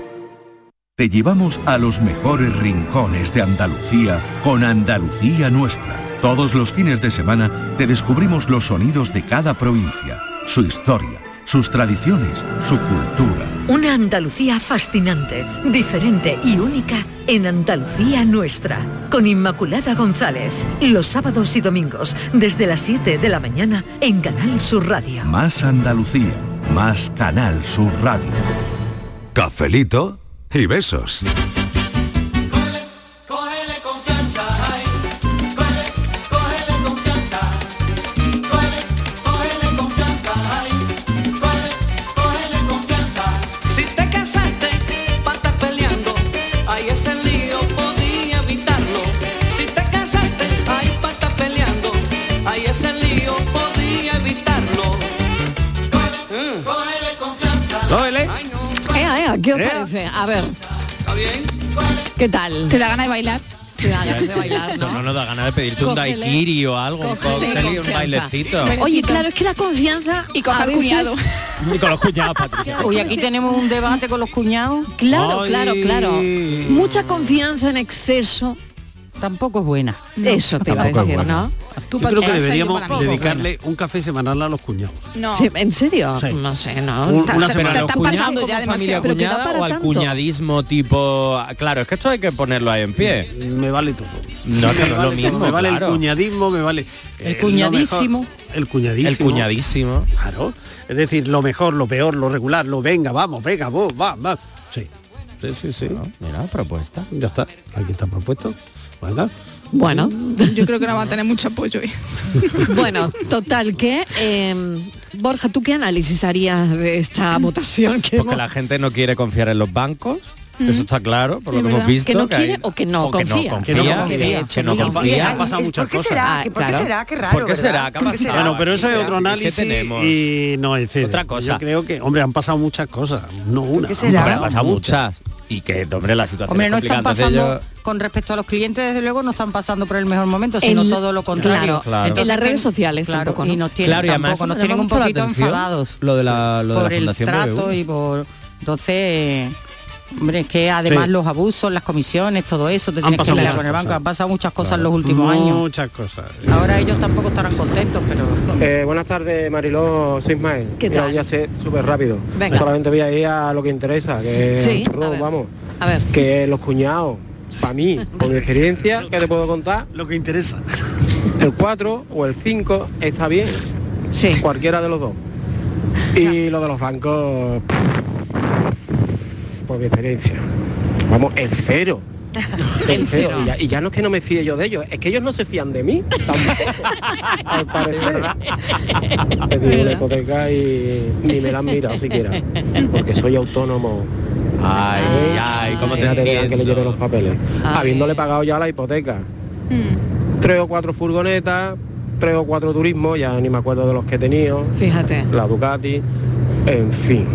S28: Te llevamos a los mejores rincones de Andalucía con Andalucía Nuestra. Todos los fines de semana te descubrimos los sonidos de cada provincia, su historia, sus tradiciones, su cultura.
S26: Una Andalucía fascinante, diferente y única en Andalucía nuestra. Con Inmaculada González, los sábados y domingos, desde las 7 de la mañana, en Canal Sur Radio.
S28: Más Andalucía, más Canal Sur Radio.
S25: Cafelito y besos.
S18: Cógele confianza, ay. Cógele, cógele confianza. Cógele, cógele confianza, ay. Cógele, cógele confianza. Si te casaste para estar peleando, ahí ese lío podía evitarlo. Si te casaste, ahí para estar peleando, ahí ese lío podía evitarlo. Cógele, cógele confianza.
S5: Cógele.
S3: Ea, ea, ¿qué os parece? A ver. ¿Qué tal? ¿Te da ganas de bailar? Te da ganas de bailar, ¿no?
S4: Ah, no nos da ganas de pedirte un
S3: Cógele.
S4: daiquiri o algo, un
S3: Cógele
S4: cóctel y un
S3: confianza.
S4: bailecito.
S3: Oye, claro, es que la confianza... Y
S4: coja al cuñado. Y con los cuñados, Patricia. Uy, aquí
S3: tenemos un debate con los cuñados. Claro,
S4: Ay.
S3: claro, claro. Mucha confianza en exceso.
S4: Tampoco es buena.
S3: Eso te iba a
S5: Tampoco es
S3: decir,
S5: buena.
S3: ¿no?
S5: Yo creo que deberíamos dedicarle un café semanal a los cuñados.
S3: No. Sí, ¿En serio? No sé, no.
S5: Un-
S3: Ta-
S5: una
S3: ta-
S5: semana. Pero
S3: ta- ta-
S5: los
S3: pasando
S5: cuñados
S3: ya
S5: como
S3: demasiado.
S4: familia
S3: Pero que da
S4: cuñada
S3: para
S4: o al
S3: tanto.
S4: cuñadismo tipo claro es que esto hay que ponerlo ahí en pie
S5: Mm, me vale todo
S4: no es que
S5: Me
S4: no es
S5: vale
S4: lo
S5: todo,
S4: mismo
S5: me vale
S4: claro.
S5: el cuñadismo, me vale
S4: El
S5: eh, lo
S4: cuñadísimo.
S5: mejor. el cuñadísimo.
S4: El cuñadísimo.
S5: Claro. Es decir, lo mejor, lo peor, lo regular, lo venga, vamos, venga, vos, va, va. Sí. Sí, sí, sí.
S4: mira, propuesta.
S5: Ya está. Aquí está propuesto. Venga.
S3: Bueno.
S8: Mm,
S4: Yo
S3: creo que no va a tener mucho apoyo. bueno, total que... eh, Borja, ¿tú qué análisis harías de esta votación que
S4: porque
S3: hemos-
S4: la gente no quiere confiar en los bancos
S3: Ujú.
S4: eso está claro por lo
S3: Sí,
S4: que hemos
S3: ¿verdad?
S4: visto
S3: Que no
S4: hay-
S3: quiere o que no confía.
S4: que no confía que, no confía ¿Por qué será? ¿Qué ha pasado?
S5: Ah, Bueno, pero eso
S4: ¿Qué
S5: es
S4: será?
S5: otro
S4: ¿Qué
S5: análisis
S4: tenemos?
S5: y no excede.
S4: Otra cosa.
S5: Yo creo que, hombre, han pasado muchas cosas, no una.
S4: Hombre, han pasado muchas. Y que, hombre, la situación Hombre, es no complicada. están Entonces pasando- yo- Con respecto a los clientes, desde luego, no están pasando por el mejor momento, En sino la- todo lo contrario. Claro, Claro.
S3: en las redes
S4: ten-
S3: sociales
S4: claro,
S3: tampoco, ¿no?
S4: y nos tienen,
S3: Claro, y además
S4: tampoco, nos
S3: me
S4: tienen
S3: llamó
S4: un
S3: mucho la
S4: poquito
S3: atención
S4: enfadados.
S3: lo de la-
S4: sí,
S3: lo de la
S4: por el
S3: Fundación
S4: trato
S3: BBVA.
S4: y por... Entonces, hombre, es que además
S5: Sí.
S4: los abusos, las comisiones, todo eso, te
S5: Han
S4: tienes que
S5: pasado
S4: pelear
S5: muchas
S4: con el banco,
S5: cosas.
S4: han pasado muchas cosas en los últimos años.
S5: Muchas cosas.
S4: Ahora ellos tampoco estarán contentos, pero...
S29: Eh, buenas tardes, Mariló, soy Ismael.
S4: ¿Qué
S29: Mira,
S4: tal?
S29: Voy a ser súper rápido.
S4: Venga.
S29: Solamente voy a ir a lo que interesa, que es
S4: Sí,
S29: el churro, vamos. Que los cuñados, para mí, con mi experiencia, que te puedo contar.
S5: Lo que interesa.
S29: El 4 o el 5 está bien.
S3: Sí.
S29: Cualquiera de los dos. Y lo de los bancos, por mi experiencia. Vamos, el cero. El cero. Y, ya, y ya no es que no me fíe yo de ellos, es que ellos no se fían de mí. tampoco, al parecer. Pedí una hipoteca y ni me la han mirado siquiera. Porque soy autónomo.
S4: Ay, ay, cómo te
S29: Imagínate que dejan que le
S4: entiendo.
S29: lleve los papeles. Habiéndole pagado ya la hipoteca.
S3: Mm.
S29: Tres o cuatro furgonetas, tres o cuatro turismos, ya ni me acuerdo de los que he tenido.
S3: Fíjate.
S29: La Ducati, en fin.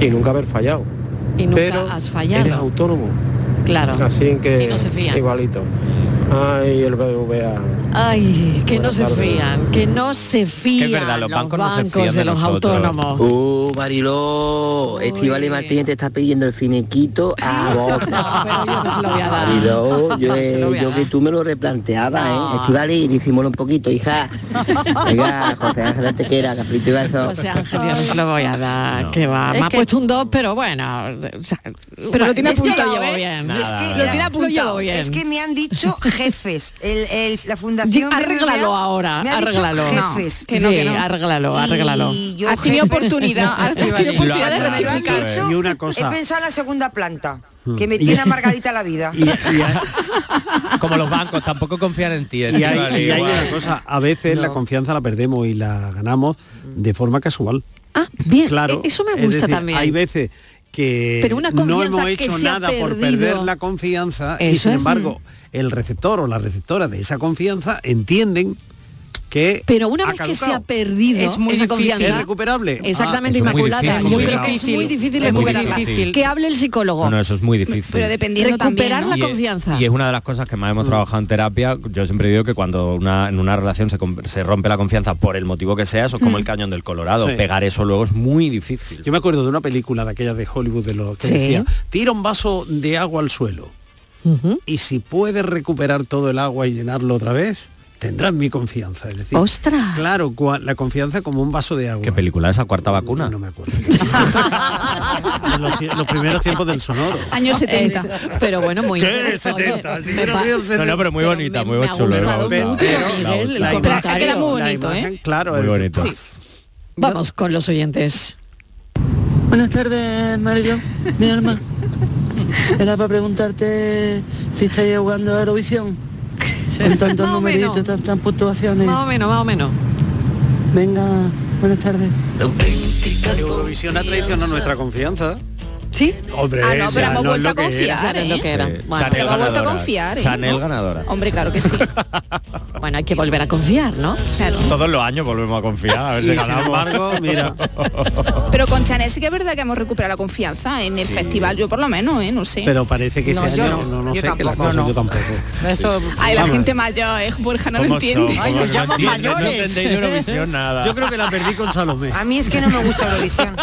S29: Y nunca haber fallado.
S3: Y nunca
S29: Pero
S3: has
S29: Eres
S3: fallado.
S29: autónomo.
S3: Claro.
S29: Así que
S3: Y no se fían.
S29: igualito. Ay, el BBVA.
S3: Ay, que no
S29: Buenas
S3: se
S29: tardes.
S3: fían, que no se fían
S29: verdad, los bancos no se
S3: bancos
S29: fían
S3: de,
S29: de
S3: los
S29: nosotros.
S3: autónomos.
S6: Uh,
S3: Mm.
S6: Mariló, Estivali Martínez te está pidiendo el finiquito a vos.
S3: yo no se lo voy a dar.
S6: Mariló, yo,
S3: Ah. No se lo voy a
S6: yo
S3: dar.
S6: que tú me lo replanteabas, ¿eh? Estivali, disimula un poquito, hija. Venga, José Ángel te quiera, cafelito y besos.
S3: José Ángel, yo no se lo voy a dar, que va.
S6: Es
S3: Me ha
S6: que-
S3: puesto un 2, pero bueno. o sea,
S4: Pero lo tiene
S3: es que
S4: apuntado,
S3: llevo
S4: ¿eh?
S3: bien.
S4: Es que
S3: lo
S4: lo
S3: tiene
S4: tiene
S3: apuntado.
S4: apuntado.
S3: bien.
S4: Es
S3: que
S4: me han dicho
S3: jefes.
S4: El, el- la
S6: Fundación
S3: Arréglalo ahora,
S6: me ha dicho
S3: arréglalo.
S6: jefes.
S3: No, que no, que no. Sí, arréglalo, arréglalo.
S6: Y yo,
S3: Has tenido
S6: jefe,
S3: oportunidad, has
S6: Estivali,
S3: tenido oportunidad de
S6: lo que me han
S3: rectificar.
S6: dicho,
S5: Y una cosa.
S6: He pensado en la segunda planta,
S5: Hmm.
S6: que me
S5: Y-
S6: tiene amargadita la vida.
S4: Como los bancos, tampoco confían en ti.
S5: Y hay,
S4: Estivali,
S5: y hay
S4: igual.
S5: una cosa, a veces la confianza la perdemos y la ganamos de forma casual.
S3: Ah, bien,
S5: claro.
S3: eh, eso me
S5: es
S3: gusta
S5: decir,
S3: también.
S5: Hay veces que
S3: Pero una
S5: no
S3: confianza
S5: hemos
S3: que
S5: hecho
S3: se ha
S5: nada por
S3: perdido.
S5: perder la confianza y
S3: Eso
S5: sin
S3: es,
S5: embargo el receptor o la receptora de esa confianza entienden que
S3: Pero una
S5: ha
S3: vez que se
S5: caducado.
S3: ha perdido esa confianza,
S5: ¿Es recuperable? Ah,
S3: Exactamente,
S5: eso es muy
S3: inmaculada.
S5: difícil,
S3: Yo
S5: muy
S3: creo que es
S5: difícil.
S3: muy difícil
S4: Es muy
S3: recuperarla.
S4: difícil.
S3: Que hable el psicólogo.
S4: No, no, eso es muy difícil.
S3: Pero dependiendo Recuperar
S4: ah, Y
S3: la
S4: es-
S3: confianza.
S4: Y es una de las cosas que más hemos trabajado en terapia. Yo siempre digo que cuando una, en una relación se, com- se rompe la confianza por el motivo que sea, eso es como
S5: Mm.
S4: el cañón del Colorado.
S5: Sí.
S4: Pegar eso luego es muy difícil.
S5: Yo me acuerdo de una película de aquellas de Hollywood de los que
S4: Sí.
S5: decía, tira un vaso de agua al suelo y si puedes recuperar todo el agua y llenarlo otra vez, tendrás mi confianza. Es decir,
S3: ¡Ostras!
S5: Claro, cua- la confianza como un vaso de agua. ¿Qué
S4: película esa cuarta vacuna?
S5: No, me acuerdo. En los, tie- los primeros tiempos del sonoro.
S4: Ah,
S3: Años 70.
S4: eh,
S3: Pero bueno, muy
S5: ¿Qué
S3: bien.
S5: eres, 70?
S3: Oye,
S5: Si
S3: me
S5: yo no
S3: pa-
S5: soy el
S4: No, no, pero muy bonita, muy
S3: ha
S4: chulo.
S3: gustado
S4: ¿eh?
S3: mucho, Miguel, el
S4: la imagen.
S3: comentario. Ha quedado muy
S5: la
S3: bonito,
S5: imagen,
S3: ¿eh?
S5: Claro,
S4: Muy
S5: es-
S4: bonito.
S3: Vamos con los oyentes.
S18: Buenas tardes, Marilón, mi alma. Era para preguntarte si estáis jugando a Eurovisión. Con tantos
S3: Más o
S18: numeritos,
S3: menos.
S18: tantas puntuaciones.
S3: Más o menos, más o menos.
S18: Venga, buenas tardes.
S5: Eurovisión ha traicionado nuestra confianza.
S3: ¿Sí?
S5: Hombre,
S18: Ah, no, pero
S5: o sea,
S18: hemos
S5: no
S18: vuelto
S5: es lo
S18: a
S5: que era.
S18: confiar,
S3: Ya no es
S5: ¿eh?
S3: lo que era.
S4: Sí.
S3: Bueno,
S4: Chanel
S3: hemos vuelto a
S4: ganadora.
S3: confiar, ¿eh?
S4: Chanel
S3: ¿No?
S4: ganadora.
S3: Hombre, claro que sí. bueno, hay que volver a confiar, ¿no?
S4: Todos los años volvemos a confiar, a ver
S5: Y
S4: si
S5: sin
S4: ganamos.
S5: embargo, mira.
S8: Pero con Chanel sí que es verdad que hemos recuperado la confianza en el festival, yo por lo menos, ¿eh? No sé.
S5: Pero parece que
S8: No,
S5: este
S8: yo
S5: año,
S8: no.
S5: no, no
S8: Yo
S5: sé, que las
S8: tampoco,
S5: cosas
S8: no.
S5: yo tampoco.
S8: Eso, Ay, la
S5: Vamos.
S8: gente mayor, eh, Borja, no lo
S5: ¿Cómo son?
S8: entiende.
S5: Ay, los llaman
S8: entiendo,
S5: mayores.
S4: entendéis de Eurovisión nada.
S5: Yo creo que la perdí con Salomé.
S8: mí es que no me gusta Eurovisión.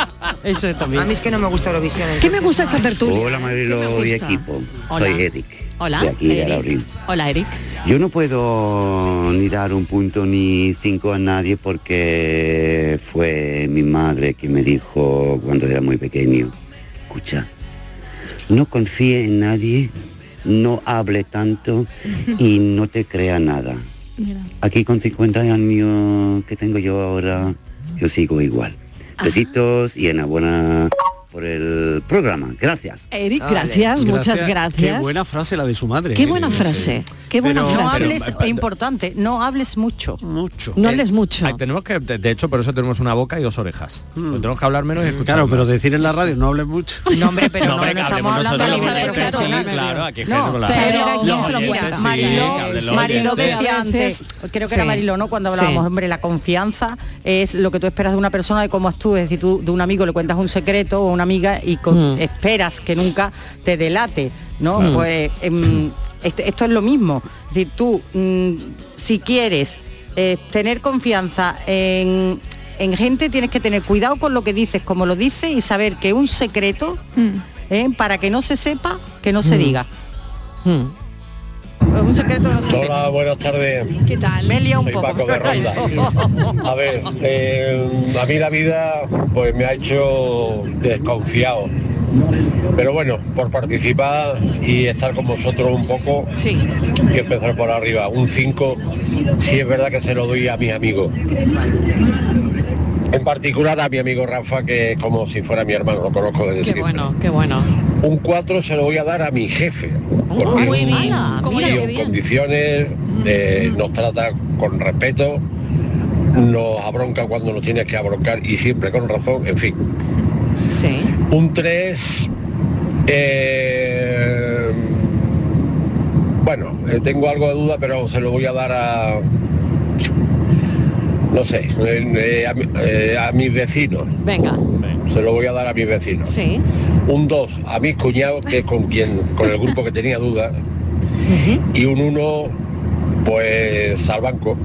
S7: Eso también.
S6: A mí es que no me gusta Eurovisión.
S3: ¿Qué me gusta esta tertulia?
S12: Hola Marilo
S3: ¿Qué me
S12: y
S3: gusta?
S12: equipo,
S3: Hola.
S12: soy Eric.
S3: Hola,
S12: de aquí de
S3: Eric.
S12: Lauril.
S3: Hola, Eric.
S12: Yo no puedo ni dar un punto ni cinco a nadie porque fue mi madre que me dijo cuando era muy pequeño, escucha, no confíe en nadie, no hable tanto y no te crea nada. Aquí con 50 años que tengo yo ahora, yo sigo igual. Besitos y enhorabuena por el programa. Gracias.
S3: Eric, gracias, muchas gracias.
S5: Qué buena frase la de su madre.
S3: Qué buena frase, qué buena
S5: Pero-
S7: No
S5: pero-
S7: hables, es importante, no hables mucho.
S5: Mucho.
S3: No hables mucho.
S4: Eh, Ay, tenemos que, de de hecho, por eso tenemos una boca y dos orejas. Pues tenemos que hablar menos y escuchar
S5: Hmm. Claro, pero
S4: más.
S5: decir en la radio no hables mucho.
S7: No, hombre, pero
S4: No, hombre, que hablemos nosotros. los oyentes, sí, claro, aquí hay Ah, gente con la- Los oyentes, sí, que hablen los
S7: Marilo
S4: oyentes.
S7: decía antes, creo que era
S3: Sí.
S7: Marilo, ¿no? Cuando hablábamos,
S3: Sí.
S7: hombre, la confianza es lo que tú esperas de una persona, de cómo actúes. Es decir, tú de un amigo le cuentas un secreto o a una amiga y con-
S3: Mm.
S7: esperas que nunca te delate, ¿no?
S3: Claro.
S7: Pues em, este- esto es lo mismo. Es decir, tú, mm, si quieres eh, tener confianza en... En gente tienes que tener cuidado con lo que dices, como lo dices, y saber que un secreto
S3: Mm.
S7: ¿eh? para que no se sepa, que no se
S5: Hmm.
S13: Mm.
S7: diga.
S3: Hmm. Pues
S7: Es un secreto, no se sepa.
S13: Hola, buenas tardes.
S3: ¿Qué tal?
S7: Me he liado un
S13: Soy
S7: poco.
S13: Paco de Ronda. A ver, eh, a mí la vida pues me ha hecho desconfiado. Pero bueno, por participar y estar con vosotros un poco y empezar por arriba. Un 5, si es verdad que se lo doy a mis amigos. En particular a mi amigo Rafa, que es como si fuera mi hermano, lo conozco desde
S3: Qué
S13: siempre.
S3: bueno, qué bueno. Ah,
S13: Un 4 se lo voy a dar a mi jefe. porque
S3: muy
S13: es un
S3: bien. Ala,
S13: tío
S3: mira qué
S13: en
S3: bien. Mm,
S13: condiciones, eh, nos trata con respeto, nos abronca cuando nos tienes que abroncar y siempre con razón, en fin.
S3: Sí.
S13: Un 3, eh, bueno, eh, tengo algo de duda, pero se lo voy a dar a, no sé, eh, eh, a, mi- eh, a mis vecinos.
S3: Venga.
S13: Se lo voy a dar a mis vecinos
S3: Sí.
S13: un 2 a mis cuñados, que es con quien, con el grupo que tenía dudas, y un 1 pues al banco.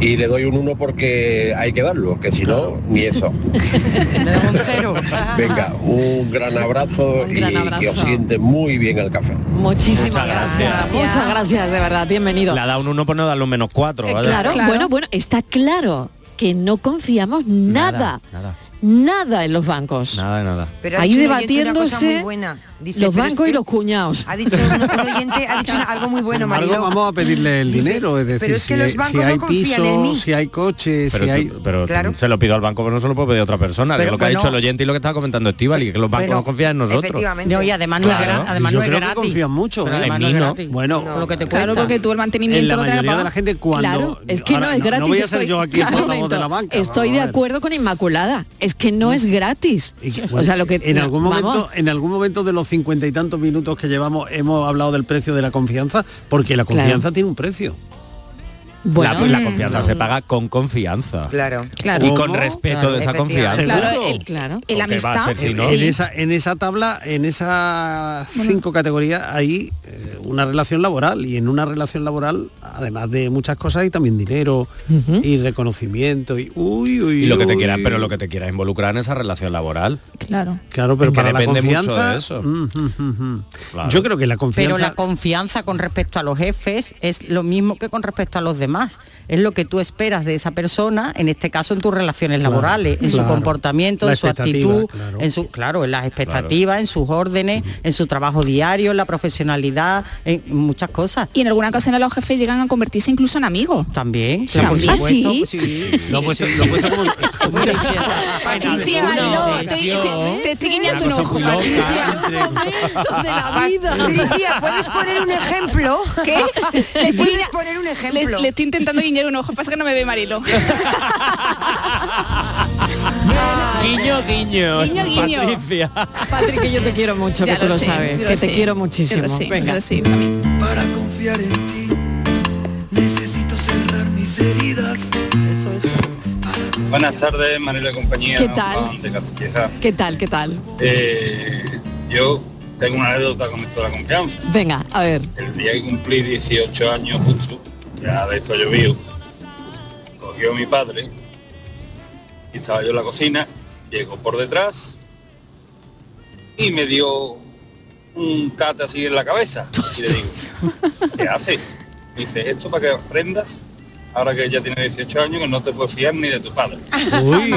S13: Y le doy un 1 porque hay que darlo, que si no, ni eso. Venga, un gran abrazo,
S3: Un gran
S13: y que os
S3: abrazo.
S13: siente muy bien el café.
S3: Muchísimas
S4: Muchas
S3: gracias.
S4: gracias.
S3: Muchas gracias, de verdad. Bienvenido.
S4: Le ha dado un 1 por no darle un
S3: Eh,
S4: menos 4.
S3: Claro, bueno, bueno, está claro que no confiamos nada.
S4: Nada.
S3: nada en los bancos.
S4: Nada de nada.
S6: Pero ha
S3: Ahí
S6: dicho un oyente una cosa muy
S3: debatiéndose
S6: buena. Dice,
S3: los
S6: pero
S3: bancos y los cuñados.
S6: Ha dicho un, un oyente, ha dicho una- algo muy bueno,
S5: Sin embargo,
S6: Mariló.
S5: vamos a pedirle el dinero, es decir,
S6: pero es que
S5: si,
S6: los
S5: si
S6: bancos
S5: hay
S6: no confían en
S5: piso,
S6: mí.
S5: si hay coches,
S4: Pero,
S5: si
S4: tú-
S5: hay...
S4: pero
S6: Claro.
S4: se lo pido al banco, pero no se lo puedo pedir a otra persona. que
S5: Pero
S4: lo que ha
S5: bueno.
S4: dicho el oyente y lo que estaba comentando Estivali, que los bancos
S7: Pero,
S4: no confían en nosotros.
S7: No, y además no es
S4: Claro.
S7: gra- además
S4: Yo
S7: no es
S4: creo que
S7: gratis.
S4: confían
S5: mucho, ¿eh?
S4: Pero
S7: Además
S4: en
S7: no es
S4: mí no.
S7: gratis.
S5: Bueno,
S7: Por lo que te
S8: Claro,
S7: cuesta.
S8: porque tú el mantenimiento
S5: en la
S8: lo te
S5: mayoría de la gente cuando...
S3: claro, es que no
S5: Ahora,
S3: es gratis.
S5: No voy a ser yo aquí el
S3: Claro,
S5: portavoz de la
S3: momento,
S5: banca.
S3: Estoy de acuerdo con Inmaculada. Es que no es gratis. o sea, lo que
S5: pues, en algún
S3: vamos,
S5: momento, en algún momento de los cincuenta y tantos minutos que llevamos hemos hablado del precio de la confianza, porque la
S3: Claro.
S5: confianza tiene un precio. eh,
S4: la, pues la confianza se paga con confianza.
S6: Claro,
S5: claro.
S4: Y con
S5: ¿Cómo?
S4: respeto
S5: Claro,
S4: de esa
S5: efectivamente.
S4: confianza.
S5: Seguro.
S8: Claro, el,
S3: claro.
S8: el
S4: Porque va a
S8: amistad.
S4: ser si
S5: En-
S4: no-
S5: en,
S4: Sí.
S5: esa, en esa tabla, en esas cinco categorías, hay eh, una relación laboral y en una relación laboral, además de muchas cosas, hay también dinero y reconocimiento y uy, uy,
S4: Y lo que te
S5: uy.
S4: quieras, pero lo que te quieras involucrar en esa relación laboral.
S8: Claro.
S5: Claro, pero
S4: que
S5: para la
S4: depende
S5: confianza,
S4: mucho de eso.
S5: Yo creo que la confianza
S7: Pero la confianza con respecto a los jefes es lo mismo que con respecto a los demás. Es lo que tú esperas de esa persona, en este caso en tus relaciones
S30: Claro,
S7: laborales, en
S30: claro.
S7: su comportamiento,
S30: La
S7: en su
S30: expectativa,
S7: actitud,
S30: claro.
S7: en su claro, en las expectativas, en sus órdenes, en su trabajo diario, en la profesionalidad, en muchas cosas.
S8: Y en alguna ocasión los jefes llegan a convertirse incluso en amigos.
S7: También,
S8: Sí,
S7: por
S8: ¿Ah,
S7: supuesto,
S8: sí?
S7: sí, sí, sí.
S8: Patricia, Mariló, te, te- te estoy guiñando un ojo.
S6: de la vida. Patricia, ¿puedes poner un ejemplo?
S8: ¿Qué?
S6: ¿Te puedes poner un ejemplo?
S8: Le, le estoy intentando guiñar un ojo, pasa que no me ve Marilo.
S4: Guiño, guiño.
S8: Guiño, guiño.
S4: Patricia.
S3: Patrick, que yo te quiero mucho,
S8: Ya
S3: que tú
S8: lo
S3: lo
S8: sé,
S3: sabes,
S8: yo lo
S3: que te
S8: sé, yo
S3: quiero
S8: lo
S3: muchísimo.
S8: sé, yo
S3: Venga.
S8: lo sé.
S30: Para confiar en ti, necesito cerrar mis heridas.
S9: Buenas tardes, Manuel y compañía.
S3: ¿Qué tal?
S9: Juan de Castilleja.
S3: ¿Qué tal? ¿Qué tal?
S9: Eh, yo tengo una anécdota con esto de la confianza.
S3: Venga, a ver.
S9: El día que cumplí 18 años, justo, ya de esto yo vivo, cogió mi padre y estaba yo en la cocina, llegó por detrás y me dio un cata así en la cabeza. Y le digo, ¿qué haces? Dice, esto para que aprendas, ahora que ya tienes 18 años, que no te puedes fiar ni de tu padre.
S5: Uy.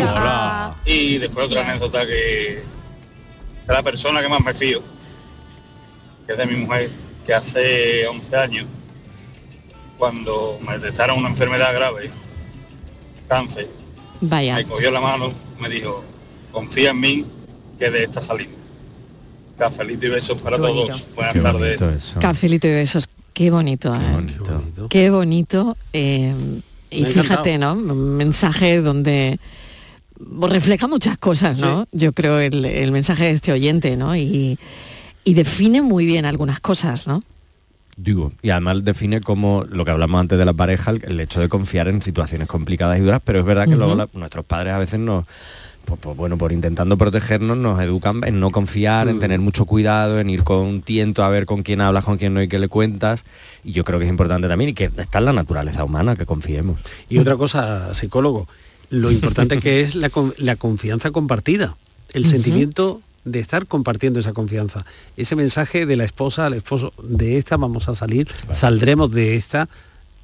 S9: Y después otra anécdota que de la persona que más me fío, que es de mi mujer, que hace 11 años, cuando me detectaron una enfermedad grave, cáncer,
S3: Vaya.
S9: me cogió la mano, me dijo, confía en mí, que de esta salimos. Cafelito y besos para todos. Buenas tardes.
S3: Cafelito y besos. Qué bonito, ¿eh? Qué bonito. eh, y
S9: Me ha encantado.
S3: fíjate, ¿no? Un mensaje donde refleja muchas cosas, ¿no? Yo creo el, el mensaje de este oyente, ¿no? Y, y define muy bien algunas cosas, ¿no?
S4: Digo, y además define como lo que hablamos antes de la pareja, el, el hecho de confiar en situaciones complicadas y duras, pero es verdad que luego
S10: Ujú.
S4: la- nuestros padres a veces nos, pues, pues, bueno, por intentando protegernos nos educan en no confiar, en tener mucho cuidado, en ir con tiento a ver con quién hablas, con quién no y qué le cuentas. Y yo creo que es importante también y que está en la naturaleza humana, que confiemos.
S5: Y otra cosa, psicólogo, lo importante que es la, con- la confianza compartida, el sentimiento de estar compartiendo esa confianza. Ese mensaje de la esposa al esposo, de esta vamos a salir, saldremos de esta,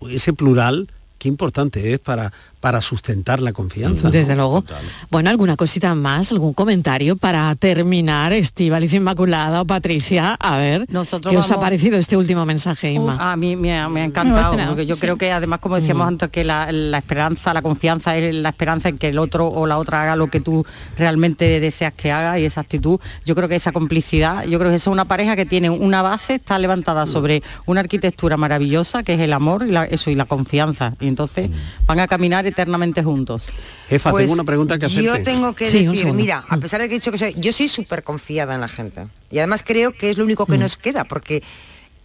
S5: ese plural, qué importante es para, para sustentar la confianza.
S3: Desde luego. Bueno, alguna cosita más, algún comentario para terminar, Estivaliz Inmaculada o Patricia, a ver,
S7: Nosotros
S3: ¿qué os ha
S7: vamos-
S3: parecido este último mensaje, Inma?
S7: Ah, A mí me ha,
S6: Mm.
S7: me ha
S3: Me ha
S7: encantado,
S3: emocionado,
S7: porque yo
S3: sí.
S7: creo que además, como decíamos
S3: Mm.
S7: antes, que la, la esperanza, la confianza es la esperanza en que el otro o la otra haga lo que tú realmente deseas que haga y esa actitud, yo creo que esa complicidad, yo creo que esa es una pareja que tiene una base, está
S6: Mm.
S7: levantada sobre una arquitectura maravillosa, que es el amor y la, eso y la confianza. Y entonces van a caminar eternamente juntos.
S5: Jefa,
S6: Mm. Pues
S5: tengo una pregunta que hacerte.
S6: Yo tengo que decir, mira,
S8: Mm.
S6: a pesar de que he dicho que soy, yo soy súper confiada en la gente. Y además creo que es lo único que
S8: Mm.
S6: nos queda, porque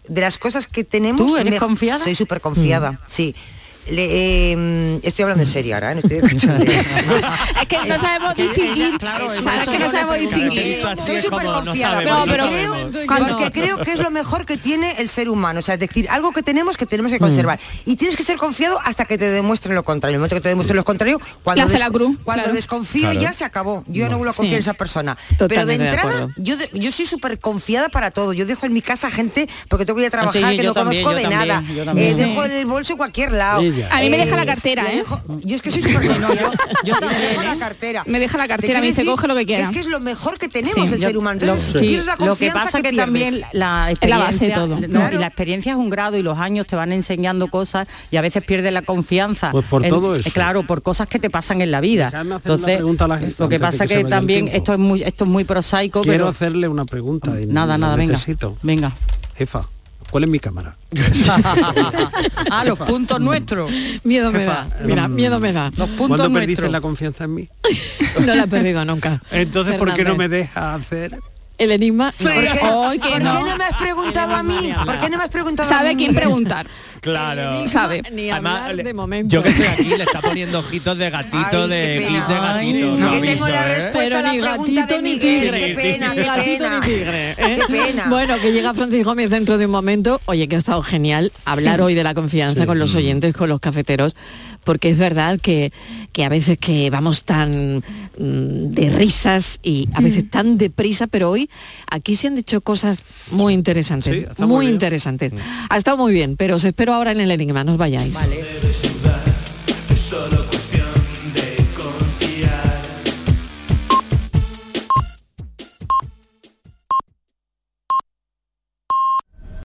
S6: de las cosas que tenemos...
S7: ¿Tú eres
S6: me-
S7: confiada?
S6: Soy súper confiada,
S8: Mm.
S6: sí. Le- eh, estoy hablando en serio ahora, ¿eh? no estoy de cachondeo.
S8: Es que no sabemos distinguir. ¿Sabes que no sabemos distinguir?
S6: Soy súper confiada,
S8: No, pero
S6: porque creo que es lo mejor que tiene el ser humano. O sea, es decir, algo que tenemos que
S8: Mm.
S6: tenemos que conservar. Y tienes que ser confiado hasta que te demuestren lo contrario. En el momento que te demuestren lo contrario, cuando,
S8: Le hace la cruz,
S6: cuando
S8: claro.
S6: desconfío
S8: Claro.
S6: ya se acabó. Yo no vuelvo a
S8: Sí.
S6: confiar en esa persona. pero de
S3: Totalmente de
S6: entrada,
S3: acuerdo.
S6: yo, de- yo soy súper confiada para todo. Yo dejo en mi casa gente porque tengo que ir a trabajar,
S3: Ah, Sí,
S6: que
S3: yo
S6: no
S3: también,
S6: conozco
S3: yo
S6: de
S3: también,
S6: nada.
S3: yo también.
S6: Eh,
S3: Sí.
S6: dejo el bolso en cualquier lado.
S3: Sí,
S5: ella.
S8: A mí me deja la
S6: Eh,
S8: cartera,
S6: yo
S8: ¿eh?
S6: dejo- Yo es que soy súper-
S8: No, yo- yo
S6: Me
S8: también,
S6: dejo
S8: ¿eh?
S6: la cartera.
S8: Me deja la
S6: Te
S8: cartera, me
S6: quiero
S8: dice,
S6: decir
S8: "Coge lo que quieras".
S6: Es que es lo mejor que tenemos
S7: Sí.
S6: el
S7: Yo-
S6: ser humano.
S7: lo-
S6: Entonces,
S7: sí.
S6: pierdes la
S7: Lo que
S6: confianza
S7: pasa que,
S6: pierdes.
S7: también la
S8: Es la base de
S7: experiencia-
S8: todo.
S7: no, y la experiencia es un grado y los años te van enseñando cosas y a veces pierdes la confianza.
S5: Pues por
S7: En-
S5: todo eso.
S7: eh, Claro, por cosas que te pasan en la vida.
S5: Dejadme hacer una
S7: Entonces,
S5: pregunta a la jefa
S7: lo que
S5: antes de
S7: pasa
S5: que se
S7: que,
S5: vaya el
S7: también
S5: tiempo.
S7: esto es muy esto es muy prosaico,
S5: Quiero
S7: pero
S5: hacerle una pregunta. y
S7: Nada,
S5: lo
S7: nada, venga.
S5: necesito.
S7: venga.
S5: Jefa, ¿cuál es mi cámara?
S7: Uh, Ah, los puntos nuestros.
S3: Miedo me da. Mira, miedo me da.
S7: mm, Los
S5: ¿Cuándo perdiste la confianza en mí?
S3: No la he perdido nunca.
S5: Entonces, ¿por qué no me
S3: Fernández.
S5: deja hacer?
S3: El enigma.
S6: ¿Por qué,
S3: Ay,
S6: por
S3: que
S6: qué
S3: no.
S6: no. me has preguntado a mí? ¿Por qué no me has preguntado a mí?
S8: Sabe quién
S6: Miguel?
S8: preguntar.
S4: Claro.
S8: Sabe.
S3: Ni hablar de momento.
S4: Yo que estoy aquí le está poniendo ojitos de gatito, de gif de gatito.
S3: no.
S4: ¿no
S3: Que
S4: ha
S3: tengo
S4: visto,
S3: la
S4: eh?
S3: respuesta. Pero ni gatito ni tigre.
S6: Qué pena, qué
S3: Gatito
S6: pena.
S3: ni tigre, ¿eh?
S6: Qué pena.
S3: Bueno, que llega Francis Gómez dentro de un momento. Oye, que ha estado genial hablar
S6: Sí. Mm.
S3: hoy de la confianza con los oyentes, con los cafeteros, porque es verdad que, que a veces que vamos tan mm, de risas y
S6: Mm.
S3: a veces tan deprisa, pero hoy aquí se han dicho cosas muy
S6: Mm.
S3: interesantes, muy, interesantes. Ha estado muy bien, pero os espero ahora en el enigma, no os vayáis.
S18: Vale.